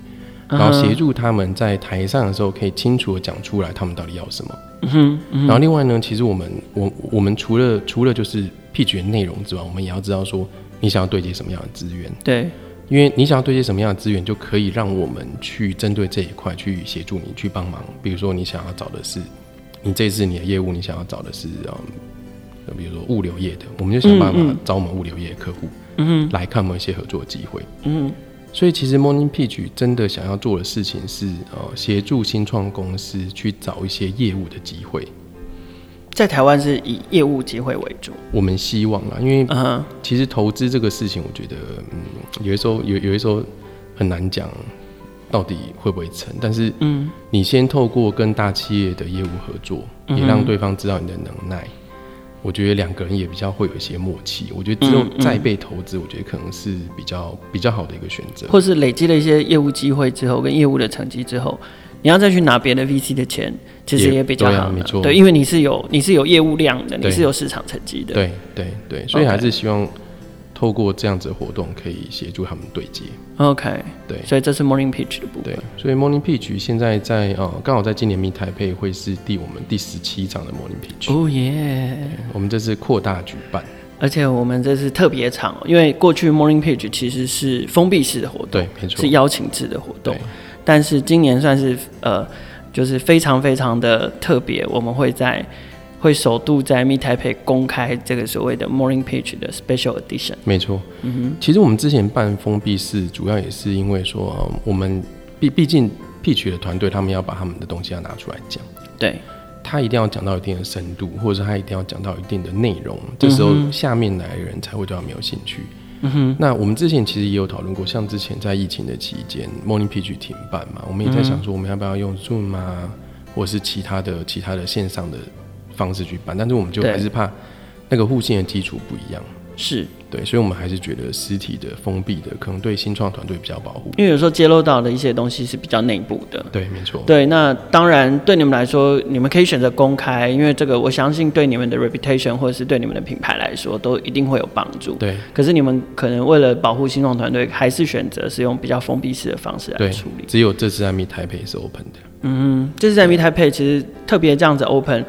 Speaker 1: 嗯
Speaker 2: 啊然后协助他们在台上的时候可以清楚的讲出来他们到底要什么。
Speaker 1: 嗯哼，
Speaker 2: 然后另外呢，其实我们我我们除了除了就是 pitch 的内容之外，我们也要知道说你想要对接什么样的资源，
Speaker 1: 对，
Speaker 2: 因为你想要对接什么样的资源，就可以让我们去针对这一块去协助你去帮忙。比如说你想要找的是，你这次你的业务你想要找的是嗯，呃比如说物流业的，我们就想办法找我们物流业的客户，嗯，来看我们一些合作机会，嗯，所以其实 Morning Peach 真的想要做的事情是，呃，协助新创公司去找一些业务的机会。
Speaker 1: 在台湾是以业务机会为主。
Speaker 2: 我们希望啦，因为
Speaker 1: 嗯哼，
Speaker 2: 其实投资这个事情，我觉得，嗯，有的时候有有的时候很难讲到底会不会成，但是，嗯，你先透过跟大企业的业务合作，也让对方知道你的能耐，我觉得两个人也比较会有一些默契。我觉得之后再被投资，我觉得可能是比较比较好的一个选择。
Speaker 1: 或是累积了一些业务机会之后，跟业务的成绩之后，你要再去拿别的 VC 的钱，其实
Speaker 2: 也
Speaker 1: 也比较
Speaker 2: 对啊
Speaker 1: 好拿
Speaker 2: 没错
Speaker 1: 对，因为你是有你是有业务量的，你
Speaker 2: 对
Speaker 1: 是有市场成绩的。
Speaker 2: 对对对，所以
Speaker 1: OK
Speaker 2: 还是希望透过这样子的活动，可以协助他们对接。
Speaker 1: ，OK，
Speaker 2: 对
Speaker 1: 所以这是 Morning Pitch 的部分
Speaker 2: 对。，所以 Morning Peach 现在在呃，刚好在今年 Meet 台配会是第我们第十七场的 Morning Peach，、
Speaker 1: 哦耶！
Speaker 2: 我们这次扩大举办，
Speaker 1: 而且我们这是特别场，因为过去 Morning Page 其实是封闭式的活动，
Speaker 2: 对，没错
Speaker 1: 是，邀请制的活动
Speaker 2: 对，
Speaker 1: 但是今年算是呃，就是非常非常的特别，我们会在会首度在 Meet Taipei 公开这个所谓的 Morning Page 的 Special Edition。
Speaker 2: 没错。
Speaker 1: 嗯
Speaker 2: 其实我们之前办封闭式，主要也是因为说、呃我们毕毕竟 Peach 的团队，他们要把他们的东西要拿出来讲。
Speaker 1: 对，
Speaker 2: 他一定要讲到一定的深度，或者是他一定要讲到一定的内容，这时
Speaker 1: 嗯
Speaker 2: 候下面来的人才会对他们有兴趣。嗯哼，那我们之前其实也有讨论过，像之前在疫情的期间，Morning Peach 停办嘛，我们也在
Speaker 1: 嗯
Speaker 2: 想说，我们要不要用 Zoom 啊，或者是其他的其他的线上的方式去办，但是我们就
Speaker 1: 对
Speaker 2: 还是怕那个互信的基础不一样，
Speaker 1: 是
Speaker 2: 对，所以我们还是觉得实体的封闭的可能对新创团队比较保护。
Speaker 1: 因为有时候揭露到的一些东西是比较内部的。
Speaker 2: 对，没错，
Speaker 1: 对，那当然对你们来说，你们可以选择公开，因为这个我相信对你们的 reputation 或者是对你们的品牌来说，都一定会有帮助。
Speaker 2: 对，
Speaker 1: 可是你们可能为了保护新创团队，还是选择是用比较封闭式的方式来
Speaker 2: 对
Speaker 1: 处理，。
Speaker 2: 只有这次在 Meet 台北是 open 的。
Speaker 1: 嗯，就是在 Meet Taipei 其实特别这样子 open，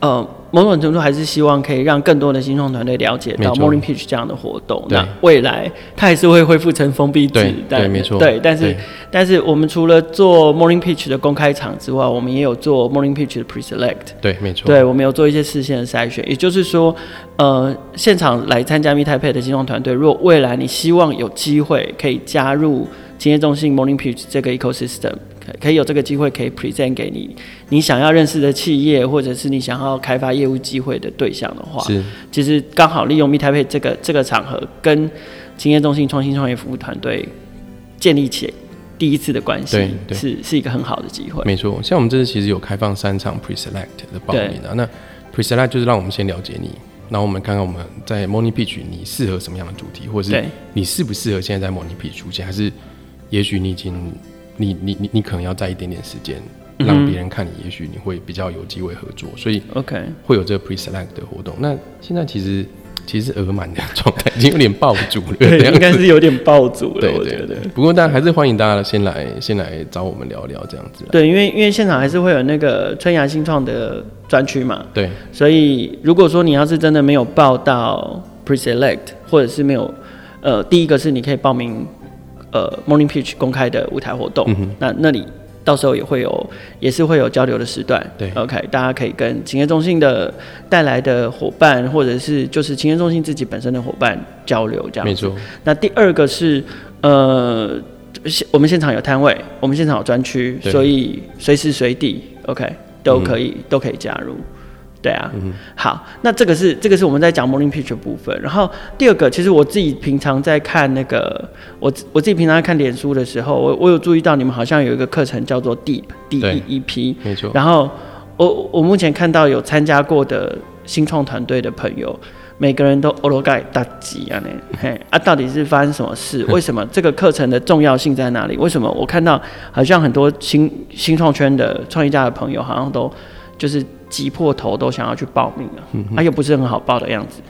Speaker 1: 呃，某种程度还是希望可以让更多的新创团队了解到
Speaker 2: 没错
Speaker 1: Morning Pitch 这样的活动。
Speaker 2: 对
Speaker 1: 那未来它还是会恢复成封闭制
Speaker 2: 对，
Speaker 1: 但
Speaker 2: 对没错
Speaker 1: 对，但是
Speaker 2: 对
Speaker 1: 但是我们除了做 Morning Pitch 的公开场之外，我们也有做 Morning Pitch 的 Pre-Select。
Speaker 2: 对，没错。
Speaker 1: 对，我们有做一些事先的筛选，也就是说，呃，现场来参加密太配的金融团队，如果未来你希望有机会可以加入企业中心 Morning Pitch 这个 ecosystem，可可以有这个机会可以 present 给你你想要认识的企业，或者是你想要开发业务机会的对象的话，
Speaker 2: 是
Speaker 1: 其实刚好利用密太配这个这个场合，跟企业中心创新创业服务团队建立起第一次的关系
Speaker 2: 对，对
Speaker 1: 是是一个很好的机会。
Speaker 2: 没错，像我们这次其实有开放三场 pre-select 的报名啊。那 pre-select 就是让我们先了解你，然后我们看看我们在 Morning Pitch 你适合什么样的主题，或是
Speaker 1: 对
Speaker 2: 你适不适合现在在 Morning Pitch 出现，还是也许你已经你你你你可能要在一点点时间
Speaker 1: 嗯
Speaker 2: 让别人看你，也许你会比较有机会合作，所以
Speaker 1: OK，
Speaker 2: 会有这个 pre-select 的活动。那现在其实其实额满的状态已经有点爆住了，
Speaker 1: 对
Speaker 2: 这，样
Speaker 1: 应该是有点爆足了
Speaker 2: 对，
Speaker 1: 我
Speaker 2: 对
Speaker 1: 觉得。
Speaker 2: 不过大家还是欢迎大家先来先来找我们聊聊这样子啦。
Speaker 1: 对，因为因为现场还是会有那个春芽新创的专区嘛，
Speaker 2: 对。
Speaker 1: 所以如果说你要是真的没有报到 Preselect，或者是没有，呃，第一个是你可以报名呃 Morning Pitch 公开的舞台活动，那那里到时候也会有，也是会有交流的时段。
Speaker 2: 对
Speaker 1: ，OK，大家可以跟企业中心的带来的伙伴，或者是就是企业中心自己本身的伙伴交流这样子。
Speaker 2: 没错，
Speaker 1: 那第二个是，呃，现我们现场有摊位，我们现场有专区，
Speaker 2: 对
Speaker 1: 所以随时随地，OK，都可以、都可以加入。对啊，好，那这个是这个是我们在讲 morning pitch 的部分。然后第二个，其实我自己平常在看那个我自我自己平常在看脸书的时候，我我有注意到你们好像有一个课程叫做 Deep D E E P，
Speaker 2: 没错。
Speaker 1: 然后我我目前看到有参加过的新创团队的朋友，每个人都欧罗盖大吉啊呢，嘿啊，到底是发生什么事？为什么这个课程的重要性在哪里？为什么我看到好像很多新新创圈的创业家的朋友，好像都就是挤破头都想要去报名了，啊，又不是很好报的样子。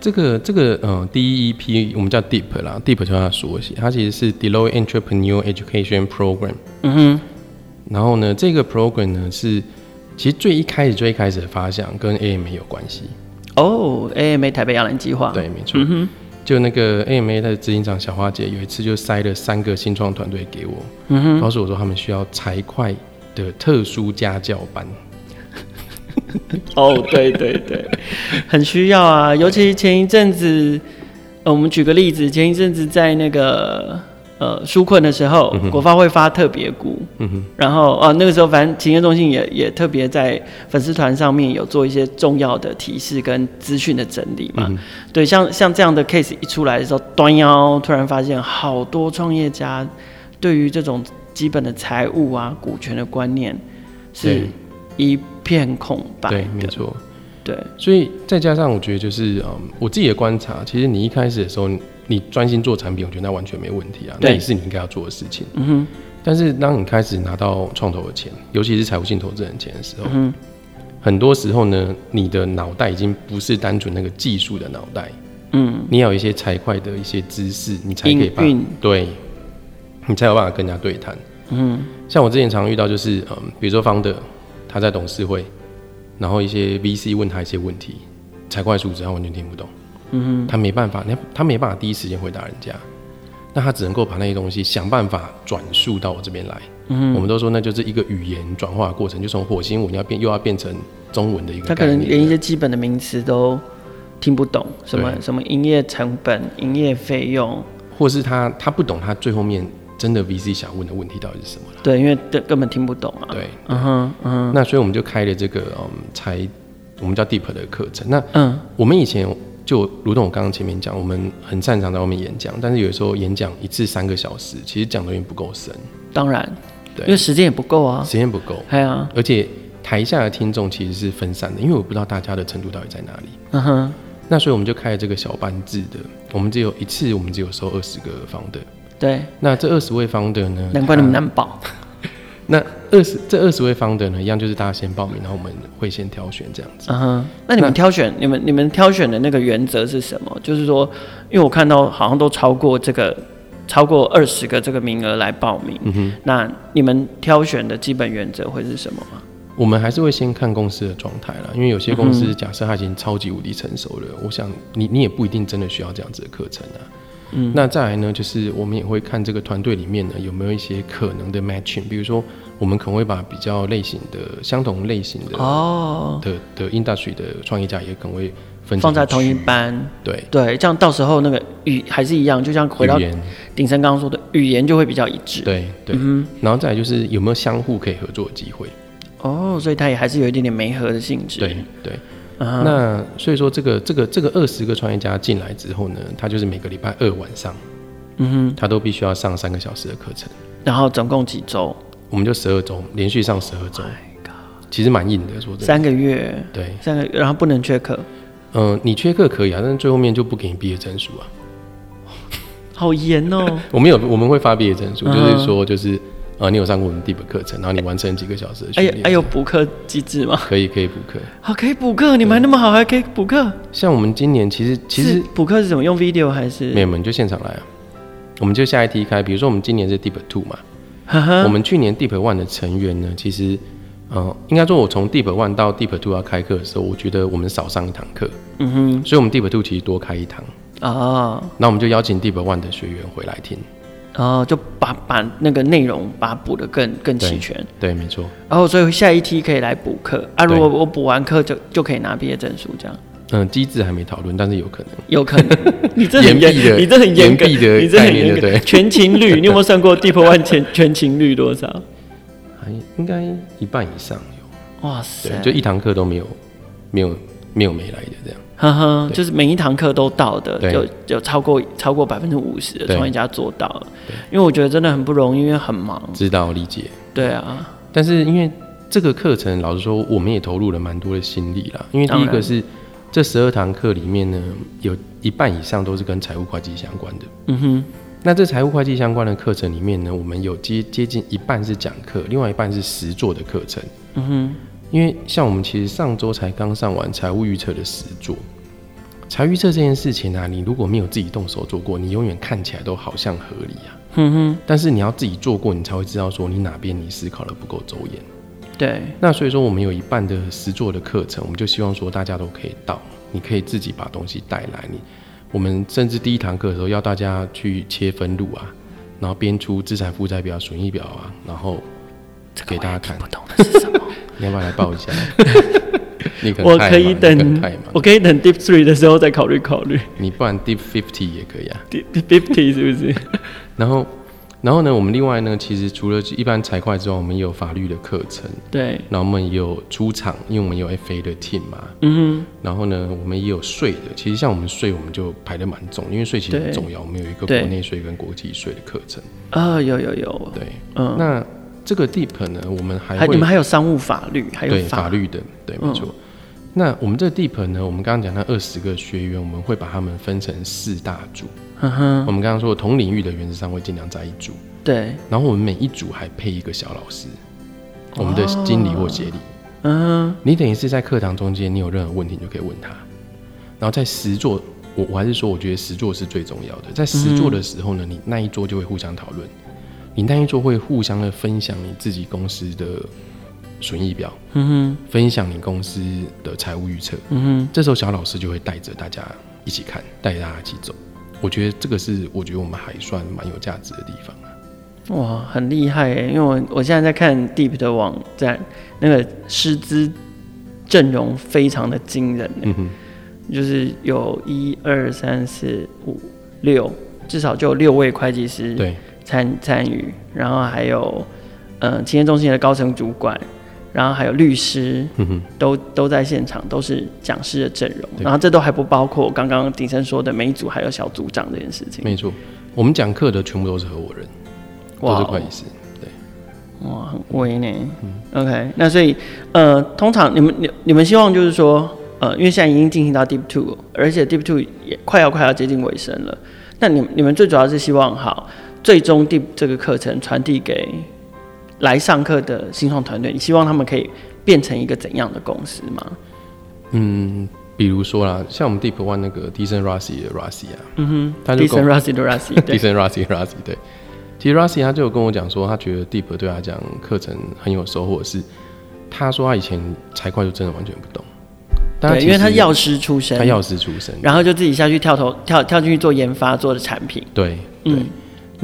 Speaker 2: 这个这个嗯，第一批我们叫 DEEP 啦，DEEP E 叫它缩写，它其实是 Deloitte Entrepreneur Education Program。
Speaker 1: 嗯哼，
Speaker 2: 然后呢，这个 program 呢是其实最一开始最一开始的发想跟 AMA 有关系。
Speaker 1: 哦，AMA 台北摇篮计划，，
Speaker 2: 对，没
Speaker 1: 嗯
Speaker 2: 错。就那个 AMA 的执行长小花姐有一次就塞了三个新创团队给我，
Speaker 1: 嗯
Speaker 2: 告诉我说他们需要财会的特殊家教班。
Speaker 1: 哦，对对 对，很需要啊，尤其前一阵子，呃，我们举个例子，前一阵子在那个呃纾困的时候，
Speaker 2: 嗯
Speaker 1: 国发会发特别股，然后哦那个时候反正企业中心也也特别在粉丝团上面有做一些重要的提示跟资讯的整理
Speaker 2: 嗯
Speaker 1: 嘛，对，像像这样的 case 一出来的时候，端腰突然发现好多创业家对于这种基本的财务啊股权的观念是
Speaker 2: 对
Speaker 1: 一片空白
Speaker 2: 对，没
Speaker 1: 的，
Speaker 2: 错。
Speaker 1: 对，
Speaker 2: 所以再加上我觉得就是，嗯，我自己的观察，其实你一开始的时候，你你专心做产品，我觉得那完全没问题啊，那
Speaker 1: 对
Speaker 2: 也是你应该要做的事情。
Speaker 1: 嗯哼，
Speaker 2: 但是当你开始拿到创投的钱，尤其是财务性投资人的钱的时候，
Speaker 1: 嗯
Speaker 2: 很多时候呢，你的脑袋已经不是单纯那个技术的脑袋，
Speaker 1: 嗯，
Speaker 2: 你要有一些财会的一些知识，你才可以
Speaker 1: 营
Speaker 2: 把
Speaker 1: 运，
Speaker 2: 对，你才有办法跟人家对谈。
Speaker 1: 嗯
Speaker 2: 像我之前常遇到就是，嗯，比如说方的他在董事会，然后一些 VC 问他一些问题，财会数值他完全听不懂，
Speaker 1: 嗯
Speaker 2: 他没办法，他他没办法第一时间回答人家，那他只能够把那些东西想办法转述到我这边来。
Speaker 1: 嗯
Speaker 2: 我们都说那就是一个语言转化的过程，就从火星文要变又要变成中文的一
Speaker 1: 他
Speaker 2: 个
Speaker 1: 可
Speaker 2: 概
Speaker 1: 能
Speaker 2: 念。
Speaker 1: 连一些基本的名词都听不懂，什么
Speaker 2: 对
Speaker 1: 什么营业成本、营业费用，
Speaker 2: 或是他他不懂他最后面真的 VC 想问的问题到底是什么了。
Speaker 1: 对，因为这根本听不懂啊。
Speaker 2: 对，
Speaker 1: 嗯哼，嗯哼
Speaker 2: 那所以我们就开了这个嗯财，我们叫 Deep 的课程。那
Speaker 1: 嗯
Speaker 2: 我们以前就如同我刚刚前面讲，我们很擅长在外面演讲，但是有时候演讲一次三个小时，其实讲的有点不够深，
Speaker 1: 当然，
Speaker 2: 对
Speaker 1: 因为时间也不够啊。
Speaker 2: 时间不够，
Speaker 1: 哎呀，
Speaker 2: 而且台下的听众其实是分散的，因为我不知道大家的程度到底在哪里。
Speaker 1: 嗯哼，
Speaker 2: 那所以我们就开了这个小班制的，我们只有一次，我们只有收二十个方的。
Speaker 1: 对，
Speaker 2: 那这二十位方的呢？
Speaker 1: 难怪那么
Speaker 2: 他
Speaker 1: 难保。
Speaker 2: 那二十这二十位方的呢，一样就是大家先报名，然后我们会先挑选这样子。
Speaker 1: 嗯哼，那你们挑选你们你们挑选的那个原则是什么？就是说，因为我看到好像都超过这个超过二十个这个名额来报名，那你们挑选的基本原则会是什么吗？
Speaker 2: 我们还是会先看公司的状态啦，因为有些公
Speaker 1: 嗯
Speaker 2: 司假设它已经超级无敌成熟了，我想你你也不一定真的需要这样子的课程啊。嗯，那再来呢，就是我们也会看这个团队里面呢有没有一些可能的 matching，比如说我们可能会把比较类型的相同类型的、
Speaker 1: 哦，
Speaker 2: 的的 industry 的创业家也可能会分成
Speaker 1: 放在同一
Speaker 2: 区
Speaker 1: 班，
Speaker 2: 对
Speaker 1: 对，这样到时候那个语还是一样，就像回到
Speaker 2: 语言
Speaker 1: 鼎生刚刚说的，语言就会比较一致。
Speaker 2: 对对，
Speaker 1: 嗯
Speaker 2: 然后再来就是有没有相互可以合作的机会。
Speaker 1: 哦，所以它也还是有一点点媒合的性质。
Speaker 2: 对，对，
Speaker 1: 嗯哼
Speaker 2: 那所以说这个这个这个二十个创业家进来之后呢，他就是每个礼拜二晚上，
Speaker 1: 嗯
Speaker 2: 他都必须要上三个小时的课程，
Speaker 1: 哼，然后总共几周？
Speaker 2: 我们就十二周连续上十二周，其实蛮硬的，说真的。
Speaker 1: Oh 三个月，
Speaker 2: 对，
Speaker 1: 三个月，然后不能缺课，
Speaker 2: 嗯、你缺课可以啊，但是最后面就不给你毕业证书啊。
Speaker 1: 好严哦。
Speaker 2: 我们有我们会发毕业证书，
Speaker 1: 嗯
Speaker 2: 就是说就是呃，你有上过我们 Deep 课程，然后你完成几个小时 的训
Speaker 1: 哎呀
Speaker 2: 练，，
Speaker 1: 哎有补课机制吗？
Speaker 2: 可以可以补课。
Speaker 1: 好，可以补课，你们还那么好，还可以补课。
Speaker 2: 像我们今年其实其实
Speaker 1: 是补课是怎么用 video 还
Speaker 2: 没
Speaker 1: 是？
Speaker 2: 有，我们就现场来啊，我们就下一梯开，比如说我们今年是 Deep Two 嘛，
Speaker 1: 哈
Speaker 2: 我
Speaker 1: 哈，
Speaker 2: 们去年 Deep One 的成员呢，其实，呃，应该说，我从 Deep One 到 Deep Two 要开课的时候，我觉得我们少上一堂课，
Speaker 1: 嗯
Speaker 2: 所以我们 Deep Two 其实多开一堂，
Speaker 1: 哼，哦
Speaker 2: 那我们就邀请 Deep One 的学员回来听。
Speaker 1: 哦，就把把那个内容把它补得更更齐全，
Speaker 2: 对，没错。
Speaker 1: 然后所以下一梯可以来补课啊。
Speaker 2: 对
Speaker 1: 如果我补完课就就可以拿毕业证书，这样
Speaker 2: 嗯、机制还没讨论，但是有可能。
Speaker 1: 有可 能。你这很
Speaker 2: 严密的
Speaker 1: 你这很严格，
Speaker 2: 严密的
Speaker 1: 你这很
Speaker 2: 概念
Speaker 1: 严格。
Speaker 2: 对不对
Speaker 1: 全勤率，你有没 有算过 Deep One 全全勤率多少？
Speaker 2: 还应该一半以上有，
Speaker 1: 哇塞
Speaker 2: 对，，就一堂课都没有，没有，没有没来的这样。
Speaker 1: 呵呵，就是每一堂课都到的，
Speaker 2: 对
Speaker 1: 有有超过超过百分之五十的
Speaker 2: 对
Speaker 1: 创业家做到了，因为我觉得真的很不容易，因为很忙。
Speaker 2: 知道理解，
Speaker 1: 对啊，
Speaker 2: 但是因为这个课程，老实说，我们也投入了蛮多的心力啦。因为第一
Speaker 1: 当
Speaker 2: 个
Speaker 1: 然
Speaker 2: 是这十二堂课里面呢，有一半以上都是跟财务会计相关的。
Speaker 1: 嗯哼，
Speaker 2: 那这财务会计相关的课程里面呢，我们有接接近一半是讲课，另外一半是实做的课程。
Speaker 1: 嗯哼，
Speaker 2: 因为像我们其实上周才刚上完财务预测的实做，财务预测这件事情啊，你如果没有自己动手做过，你永远看起来都好像合理啊。
Speaker 1: 哼嗯哼，
Speaker 2: 但是你要自己做过，你才会知道说你哪边你思考的不够周延。
Speaker 1: 对，
Speaker 2: 那所以说，我们有一半的实作的课程，我们就希望说大家都可以到，你可以自己把东西带来。你，我们甚至第一堂课的时候要大家去切分录啊，然后编出资产负债表、损益表啊，然后
Speaker 1: 这个
Speaker 2: 给
Speaker 1: 我
Speaker 2: 大
Speaker 1: 也
Speaker 2: 家
Speaker 1: 听
Speaker 2: 看
Speaker 1: 不。懂的是什 么？
Speaker 2: 你要不要来报一下？ 你可能
Speaker 1: 我
Speaker 2: 太
Speaker 1: 可以
Speaker 2: 忙你可能
Speaker 1: 等
Speaker 2: 太忙，
Speaker 1: 我可以等 Deep Three 的时候再考虑考虑
Speaker 2: 你不然 Deep Fifty 也可以啊。
Speaker 1: Deep Fifty 是不是？
Speaker 2: 然后然后呢，我们另外呢，其实除了一般财会之外，我们也有法律的课程，
Speaker 1: 对，
Speaker 2: 然后我们也有出场，因为我们有 FA 的 team 嘛，
Speaker 1: 嗯
Speaker 2: 然后呢，我们也有税的。其实像我们税，我们就排得蛮重，因为税其实很重要。我们有一个国
Speaker 1: 对
Speaker 2: 内税跟国际税的课程。
Speaker 1: 哼，啊、有有有，
Speaker 2: 对，
Speaker 1: 嗯，
Speaker 2: 那这个 deep 呢，我们还
Speaker 1: 还
Speaker 2: 会
Speaker 1: 你们还有商务法嗯律，还有
Speaker 2: 对法律的，对，没错。那我们这个 deep 呢，我们刚刚讲那二十个学员，我们会把他们分成四大组。
Speaker 1: 嗯哼，
Speaker 2: 我们刚刚说同领域的原则上会尽量在一组，
Speaker 1: 对，
Speaker 2: 然后我们每一组还配一个小老师，我们的
Speaker 1: 哦
Speaker 2: 经理或协理。
Speaker 1: 嗯哼，
Speaker 2: 你等于是在课堂中间，你有任何问题你就可以问他，然后在实做，我我还是说，我觉得实做是最重要的。在实做的时候呢，你那一桌就会互相讨论，你那一桌会互相的分享你自己公司的损益表，
Speaker 1: 嗯
Speaker 2: 分享你公司的财务预测。
Speaker 1: 哼，嗯
Speaker 2: 这时候小老师就会带着大家一起看，带着大家一起走。我觉得这个是我觉得我们还算蛮有价值的地方啊。
Speaker 1: 哼，哇，很厉害耶！因为我我现在在看 Deep 的网站，那个师资阵容非常的惊人耶，
Speaker 2: 嗯哼，
Speaker 1: 就是有一二三四五六，至少就有六位会计师
Speaker 2: 对
Speaker 1: 参参与，然后还有呃，企业中心的高层主管，然后还有律师，
Speaker 2: 嗯
Speaker 1: 都都在现场，都是讲师的阵容。
Speaker 2: 对
Speaker 1: 然后这都还不包括刚刚鼎生说的每一组还有小组长这件事情。
Speaker 2: 没错，我们讲课的全部都是合伙人，都是
Speaker 1: 哇
Speaker 2: 会计师。嗯
Speaker 1: 哇，很威呢。OK，那所以呃，通常你们你你们希望就是说呃，因为现在已经进行到 Deep Two，而且 Deep Two 也快要快要接近尾声了。那你你们最主要是希望好，最终 Deep 这个课程传递给来上课的新创团队，你希望他们可以变成一个怎样的公司吗？
Speaker 2: 嗯，比如说啦，像我们 Deep One 那个 Decent Rossi 的 Rossi 啊，嗯哼，他就
Speaker 1: d e c e
Speaker 2: 跟
Speaker 1: n
Speaker 2: 我
Speaker 1: Rossi 的 Rossi，对
Speaker 2: Decent Rossi Rossi 对，其实 Rossi 他就有跟我讲说，他觉得 Deep 对他讲课程很有收获，是他说他以前财会就真的完全不懂，但
Speaker 1: 对，因为他
Speaker 2: 其实
Speaker 1: 药师出身，
Speaker 2: 他药师出身，
Speaker 1: 然后就自己下去跳头跳跳进去做研发做的产品，
Speaker 2: 对对。
Speaker 1: 嗯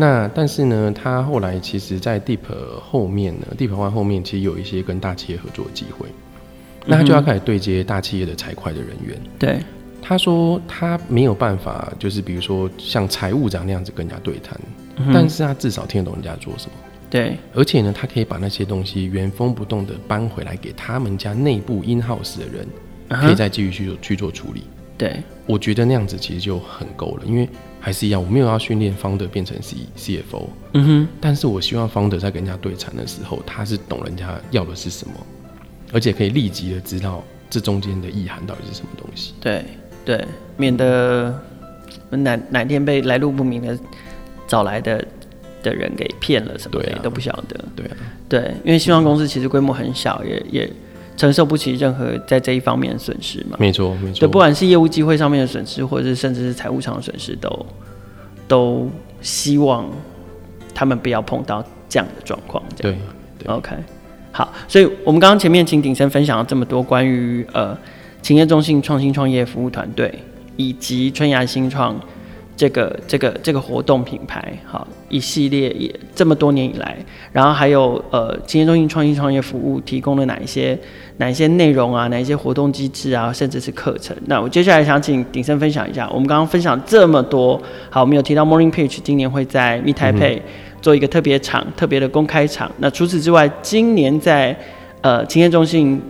Speaker 2: 那但是呢，他后来其实，在 Deep 后面呢，Deep One 后面其实有一些跟大企业合作的机会，那他就
Speaker 1: 嗯
Speaker 2: 要开始对接大企业的财会的人员。
Speaker 1: 对，
Speaker 2: 他说他没有办法，就是比如说像财务长那样子跟人家对谈，但是他至少听得懂人家在做什么，
Speaker 1: 嗯对，
Speaker 2: 而且呢，他可以把那些东西原封不动的搬回来给他们家内部 in house 的人，
Speaker 1: 嗯
Speaker 2: 可以
Speaker 1: 哼
Speaker 2: 再继续去做去做处理。
Speaker 1: 对，
Speaker 2: 我觉得那样子其实就很够了，因为还是一样，我没有要训练方德变成 C CFO，
Speaker 1: 嗯哼。
Speaker 2: 但是我希望方德在跟人家对谈的时候，他是懂人家要的是什么，而且可以立即的知道这中间的意涵到底是什么东西。
Speaker 1: 对对，免得哪哪天被来路不明的找来的的人给骗了什么的，
Speaker 2: 对啊
Speaker 1: 都不晓得。
Speaker 2: 对啊，
Speaker 1: 对，因为新创公司其实规模很小，也也承受不起任何在这一方面的损失嘛。
Speaker 2: 没错没错，
Speaker 1: 对，不管是业务机会上面的损失，或者是甚至是财务上的损失，都都希望他们不要碰到这样的状况。这样。
Speaker 2: 对，
Speaker 1: OK，好，所以我们刚刚前面请鼎生分享了这么多关于呃勤业中心创新创业服务团队以及春芽新创这个这个这个活动品牌，好一系列也这么多年以来，然后还有呃勤业中心创新创业服务提供了哪一些哪一些内容啊，哪一些活动机制啊，甚至是课程。那我接下来想请鼎生分享一下，我们刚刚分享这么多，好，我们有提到 Morning Pitch 今年会在 Meet Taipei、做一个特别场、特别的公开场。那除此之外，今年在呃青年中心、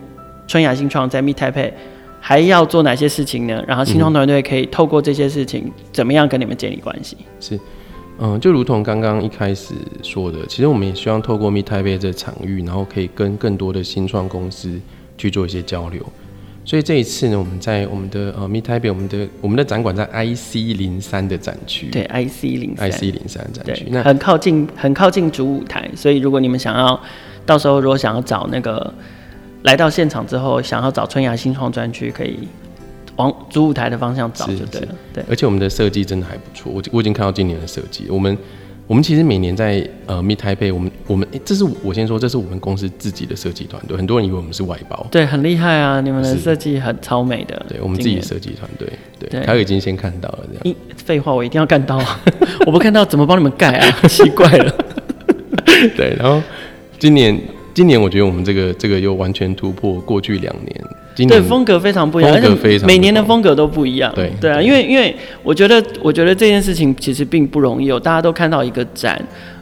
Speaker 1: 春雅新创在 Meet Taipei 还要做哪些事情呢？然后新创团队可以透过这些事情，怎么样跟你们建立关系？
Speaker 2: 嗯，就如同刚刚一开始说的，其实我们也希望透过 Meet Taipei 这场域，然后可以跟更多的新创公司去做一些交流。所以这一次呢，我们在我们的呃 Meet Taipei，我们的我们的展馆在 IC 零三的展区，
Speaker 1: 对，IC 零三
Speaker 2: ，IC 零三展区。
Speaker 1: 对，
Speaker 2: 那
Speaker 1: 很靠近，很靠近主舞台，所以如果你们想要，到时候如果想要找那个来到现场之后，想要找春芽新创专区，可以往主舞台的方向找
Speaker 2: 是
Speaker 1: 就对了。对，
Speaker 2: 而且我们的设计真的还不错，我我已经看到今年的设计。我们我们其实每年在呃 Meet Taipei，我们我们、诶这是我先说，这是我们公司自己的设计团队，很多人以为我们是外包，
Speaker 1: 对，很厉害啊！你们的
Speaker 2: 是
Speaker 1: 设计很超美的。
Speaker 2: 对我们自
Speaker 1: 今
Speaker 2: 己
Speaker 1: 年
Speaker 2: 设计团队，
Speaker 1: 对
Speaker 2: 对，他已经先看到了这样。
Speaker 1: 一废话，我一定要干到啊！ 我不看到怎么帮你们盖啊？ 奇怪了。
Speaker 2: 对，然后今年今年我觉得我们这个这个又完全突破过去两年，今
Speaker 1: 对，
Speaker 2: 年
Speaker 1: 风格非常不一样，
Speaker 2: 风格
Speaker 1: 而
Speaker 2: 非
Speaker 1: 且
Speaker 2: 常
Speaker 1: 每年
Speaker 2: 不
Speaker 1: 的
Speaker 2: 同
Speaker 1: 风格都不一样。
Speaker 2: 对
Speaker 1: 啊，
Speaker 2: 对
Speaker 1: 因为因为我觉得我觉得这件事情其实并不容易哦，大家都看到一个展，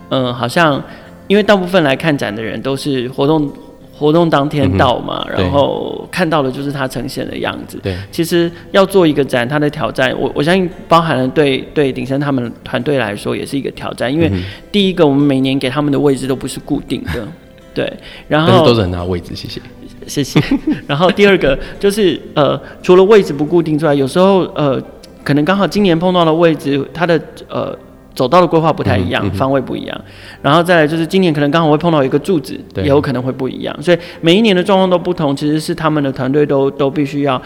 Speaker 1: 嗯、好像因为大部分来看展的人都是活动活动当天到嘛，
Speaker 2: 嗯对
Speaker 1: 然后看到的就是它呈现的样子。
Speaker 2: 对，
Speaker 1: 其实要做一个展，它的挑战，我我相信包含了对对鼎生他们团队来说也是一个挑战，因
Speaker 2: 嗯
Speaker 1: 为第一个我们每年给他们的位置都不是固定的，对，然
Speaker 2: 但是
Speaker 1: 后
Speaker 2: 都是很大的位置，谢谢。
Speaker 1: 谢谢。 然后第二个就是呃，除了位置不固定之外，有时候呃，可能刚好今年碰到的位置，它的呃走道的规划不太一
Speaker 2: 嗯
Speaker 1: 样，方位不一样。然后再来就是今年可能刚好会碰到一个柱子，
Speaker 2: 对
Speaker 1: 也有可能会不一样。所以每一年的状况都不同，其实是他们的团队都都必须要。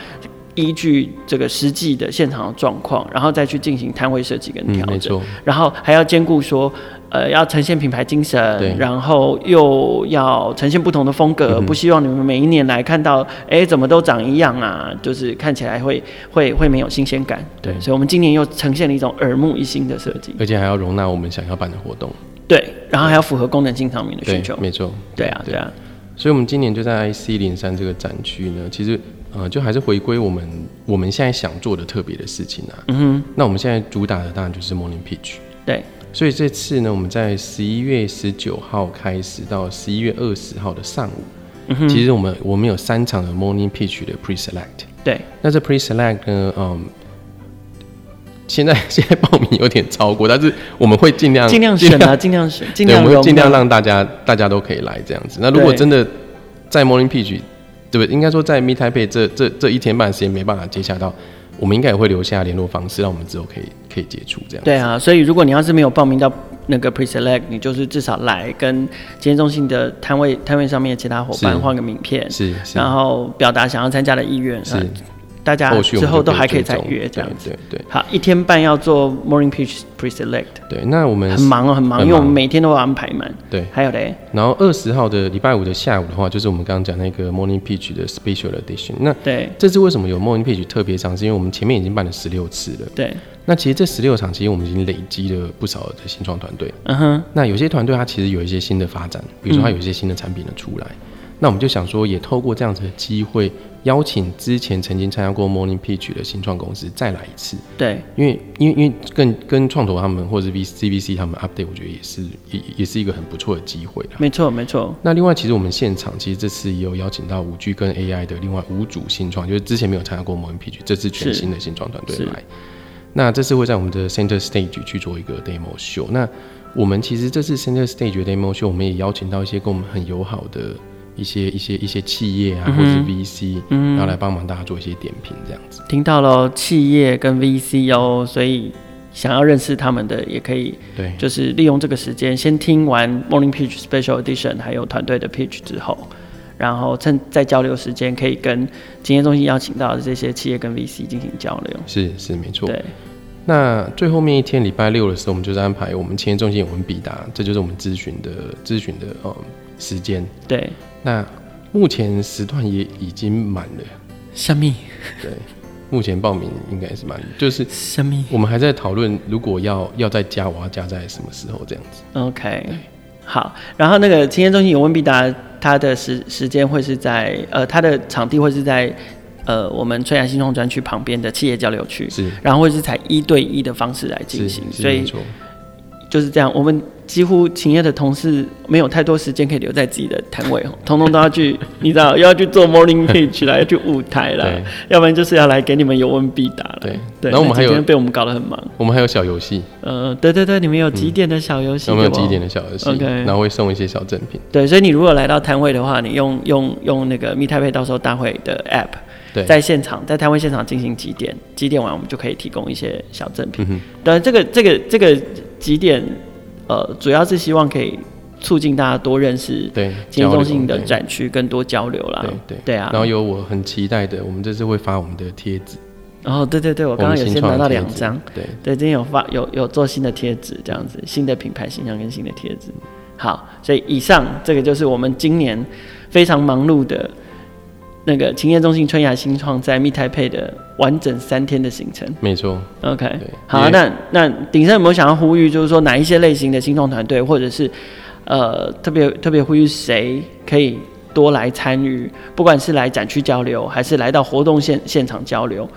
Speaker 1: 依据这个实际的现场的状况，然后再去进行摊位设计跟
Speaker 2: 嗯
Speaker 1: 调，
Speaker 2: 没
Speaker 1: 整。
Speaker 2: 错，
Speaker 1: 然后还要兼顾说，呃，要呈现品牌精
Speaker 2: 对嗯
Speaker 1: 神，然后又要呈现不同的风格，不希望你们每一年来看到，哎，怎么都长一样啊，就是看起来会会会没有新鲜感。
Speaker 2: 对
Speaker 1: 所以我们今年又呈现了一种耳目一新的设计，
Speaker 2: 而且还要容纳我们想要办的活动。
Speaker 1: 对，然后还要符合功能性上面的需
Speaker 2: 对
Speaker 1: 求，。
Speaker 2: 没错。
Speaker 1: 对啊，对啊，
Speaker 2: 所以，我们今年就在 IC 零三这个展区呢，其实呃，就还是回归我们我们现在想做的特别的事情啊。嗯哼。那我们现在主打的当然就是 Morning Pitch。
Speaker 1: 对，
Speaker 2: 所以这次呢，我们在十一月十九号开始到十一月二十号的上午，
Speaker 1: 嗯
Speaker 2: 其实我们我们有三场的 Morning Pitch 的 Pre Select。
Speaker 1: 对，
Speaker 2: 那这 Pre Select 呢，嗯。现在 现在报名有点超过，但是我们会尽量
Speaker 1: 尽量选啊，尽量选，尽
Speaker 2: 对，我
Speaker 1: 量
Speaker 2: 们
Speaker 1: 容
Speaker 2: 会尽量
Speaker 1: 纳
Speaker 2: 让大家大家都可以来这样子。那如果
Speaker 1: 对
Speaker 2: 真的在 Morning Peach，对不对？应该说在 Meet Taipei 这这这一天半的时间没办法接洽到，我们应该也会留下联络方式，让我们之后可以可以接触这样。
Speaker 1: 对啊，所以如果你要是没有报名到那个 pre-select，你就是至少来跟今天中心的摊位摊位上面的其他伙
Speaker 2: 是
Speaker 1: 伴换个名片，
Speaker 2: 是是
Speaker 1: 然后表达想要参加的意愿，
Speaker 2: 是
Speaker 1: 呃大家
Speaker 2: 后续我
Speaker 1: 之
Speaker 2: 们
Speaker 1: 后
Speaker 2: 就
Speaker 1: 都还可以
Speaker 2: 追
Speaker 1: 再
Speaker 2: 踪
Speaker 1: 约这样子。
Speaker 2: 对对
Speaker 1: 好，一天半要做 morning pitch pre-select，
Speaker 2: 对对。那我们
Speaker 1: 很忙哦，很忙，
Speaker 2: 很忙
Speaker 1: 因为我们每天都要安排满。
Speaker 2: 对，
Speaker 1: 还有嘞，
Speaker 2: 然后二十号的礼拜五的下午的话，就是我们刚刚讲那个 Morning Peach 的 Special Edition。那
Speaker 1: 对
Speaker 2: 这次为什么有 Morning Peach 特别上？是因为我们前面已经办了十六次了。
Speaker 1: 对，
Speaker 2: 那其实这十六场，其实我们已经累积了不少的新创团队。
Speaker 1: 嗯哼，
Speaker 2: 那有些团队它其实有一些新的发展，比如说它
Speaker 1: 嗯
Speaker 2: 有一些新的产品的出来，那我们就想说，也透过这样子的机会，邀请之前曾经参加过 Morning Pitch 的新创公司再来一次，
Speaker 1: 对
Speaker 2: 因为因为因为跟跟创投他们或者是 V C V C 他们 update，我觉得也是也也是一个很不错的机会啦。
Speaker 1: 没错没错，
Speaker 2: 那另外，其实我们现场其实这次也有邀请到五 G 跟 AI 的另外五组新创，就是之前没有参加过我们 PG，这次全新的新创团队
Speaker 1: 是
Speaker 2: 来。那这次会在我们的 Center Stage 去做一个 demo show。那我们其实这次 Center Stage 的 demo show，我们也邀请到一些跟我们很友好的一些一些一些企业啊，或者是
Speaker 1: 嗯
Speaker 2: VC，、然后来帮忙大家做一些点评这样子。
Speaker 1: 听到了企业跟 VC 哦，所以想要认识他们的也可以
Speaker 2: 对，
Speaker 1: 就是利用这个时间，先听完 Morning Pitch Special Edition 还有团队的 Pitch 之后，然后趁在交流时间，可以跟今天中心邀请到的这些企业跟 VC 进行交流。
Speaker 2: 是是没错。
Speaker 1: 对，
Speaker 2: 那最后面一天礼拜六的时候，我们就是安排我们青年中心有问必答，这就是我们咨询的咨询的呃时间。
Speaker 1: 对，
Speaker 2: 那目前时段也已经满了，
Speaker 1: 生命，
Speaker 2: 对，目前报名应该是满了，就是
Speaker 1: 生命
Speaker 2: 我们还在讨论，如果要要再加，我要加在什么时候这样子？
Speaker 1: ，OK，好。然后那个今天中心有问必答，它的时时间会是在呃，它的场地会是在呃我们春芽新创专区旁边的企业交流区，
Speaker 2: 是
Speaker 1: 然后会是采一对一的方式来进
Speaker 2: 是
Speaker 1: 行，
Speaker 2: 是
Speaker 1: 所
Speaker 2: 没
Speaker 1: 以
Speaker 2: 错，
Speaker 1: 就是这样，我们几乎勤业的同事没有太多时间可以留在自己的摊位哦，通通都要去，你知道，又要去做 morning pitch 啦，要去舞台啦
Speaker 2: 对，
Speaker 1: 要不然就是要来给你们有问必答了。
Speaker 2: 对
Speaker 1: 对，
Speaker 2: 然后我们还有
Speaker 1: 那今天被我们搞得很忙。
Speaker 2: 我们还有小游戏，
Speaker 1: 呃，对对对，你们有几点的小游戏？
Speaker 2: 我们嗯有
Speaker 1: 给我
Speaker 2: 几点？的小游戏，
Speaker 1: OK
Speaker 2: 然后会送一些小赠品，
Speaker 1: 对，所以你如果来到摊位的话，你用用用那个密太配到时候大会的 app，
Speaker 2: 对，
Speaker 1: 在现场在摊位现场进行几点，几点完我们就可以提供一些小赠
Speaker 2: 嗯
Speaker 1: 品。当然、这个这个这个几点，呃，主要是希望可以促进大家多认识
Speaker 2: 对，
Speaker 1: 金融中心
Speaker 2: 交
Speaker 1: 的
Speaker 2: 流，
Speaker 1: 展区更多交流啦
Speaker 2: 对。对
Speaker 1: 对啊
Speaker 2: 然，后有我很期待的，我们这次会发我们的贴纸，
Speaker 1: 然后对对对，我
Speaker 2: 我
Speaker 1: 刚
Speaker 2: 们
Speaker 1: 刚有
Speaker 2: 新
Speaker 1: 先
Speaker 2: 创
Speaker 1: 拿
Speaker 2: 的
Speaker 1: 到
Speaker 2: 贴
Speaker 1: 两
Speaker 2: 纸
Speaker 1: 张，，
Speaker 2: 对，
Speaker 1: 对，今天有发有有做新的贴纸，这样子，新的品牌形象跟新的贴纸。好，所以以上这个就是我们今年非常忙碌的那个勤业中心春芽新创在密台配的完整三天的行程。
Speaker 2: 没错，
Speaker 1: OK，
Speaker 2: 对
Speaker 1: 好，
Speaker 2: 也
Speaker 1: 那那鼎盛有没有想要呼吁，就是说哪一些类型的新创团队，或者是呃特别特别呼吁谁可以多来参与，不管是来展区交流，还是来到活动现现场交流，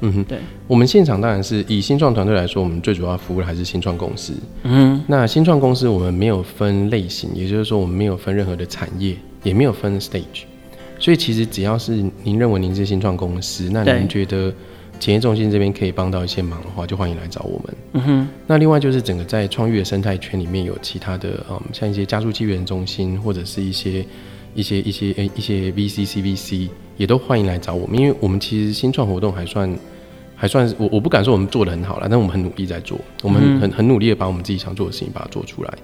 Speaker 2: 嗯哼，
Speaker 1: 对，
Speaker 2: 我们现场当然是以新创团队来说，我们最主要服务的还是新创公司。
Speaker 1: 嗯
Speaker 2: 那新创公司我们没有分类型，也就是说我们没有分任何的产业，也没有分 stage，所以其实只要是您认为您是新创公司，那
Speaker 1: 对
Speaker 2: 您觉得企业中心这边可以帮到一些忙的话，就欢迎来找我们。
Speaker 1: 嗯哼，
Speaker 2: 那另外就是整个在创业生态圈里面有其他的，嗯，像一些加速纪元中心或者是一些一些一些诶一些 VC、CVC 也都欢迎来找我们，因为我们其实新创活动还算还算是我我不敢说我们做的很好啦，但我们很努力在做，我
Speaker 1: 嗯
Speaker 2: 们很很很努力的把我们自己想做的事情把它做出来。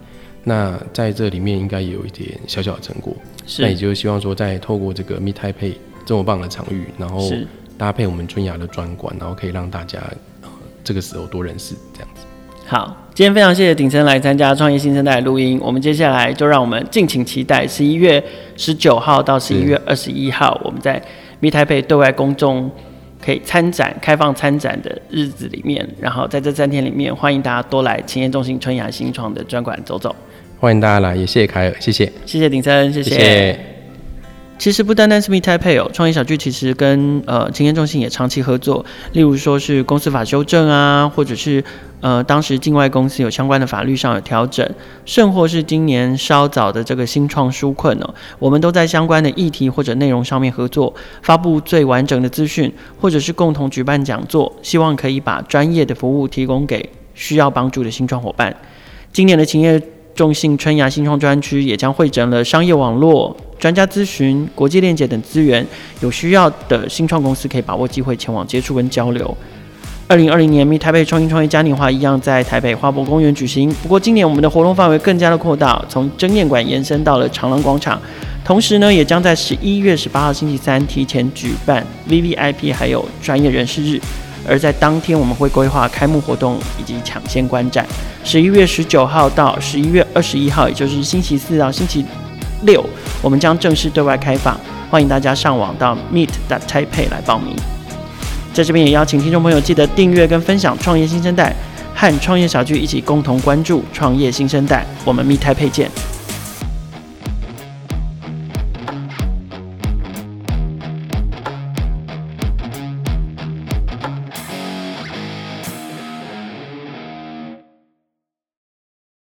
Speaker 2: 那在这里面应该也有一点小小的成果，那也
Speaker 1: 是
Speaker 2: 就希望说，在透过这个 Meet Taipei 这么棒的场域，然后
Speaker 1: 是。
Speaker 2: 搭配我们春芽的专馆，然后可以让大家、呃这个时候多认识这样子。
Speaker 1: 好，今天非常谢谢鼎生来参加创业新生代的录音。我们接下来就让我们敬请期待十一月十九号到十一月二十一号，我们在密台北对外公众可以参展、开放参展的日子里面，然后在这三天里面，欢迎大家多来青年中心春芽新创的专馆走走。
Speaker 2: 欢迎大家来，也谢谢凯尔，谢谢，
Speaker 1: 谢谢鼎生，谢其实不单单是 Meet Taipei 哦，创业小聚其实跟呃经验中心也长期合作，例如说是公司法修正啊，或者是呃当时境外公司有相关的法律上有调整，甚或是今年稍早的这个新创纾困哦，我们都在相关的议题或者内容上面合作，发布最完整的资讯，或者是共同举办讲座，希望可以把专业的服务提供给需要帮助的新创伙伴。今年的勤业众信春芽新创专区也将会整了商业网络、专家咨询、国际链接等资源，有需要的新创公司可以把握机会前往接触跟交流。二零二零年台北创新创业嘉年华一样在台北花博公园举行，不过今年我们的活动范围更加的扩大，从争艳馆延伸到了长廊广场，同时呢也将在十一月十八号星期三提前举办 VVIP 还有专业人士日，而在当天我们会规划开幕活动以及抢先观展。十一月十九号到十一月二十一号，也就是星期四到星期六，我们将正式对外开放，欢迎大家上网到 meet Taipei 来报名。在这边也邀请听众朋友记得订阅跟分享《创业新生代》，和创业小聚一起共同关注创业新生代。我们 meet Taipei 见。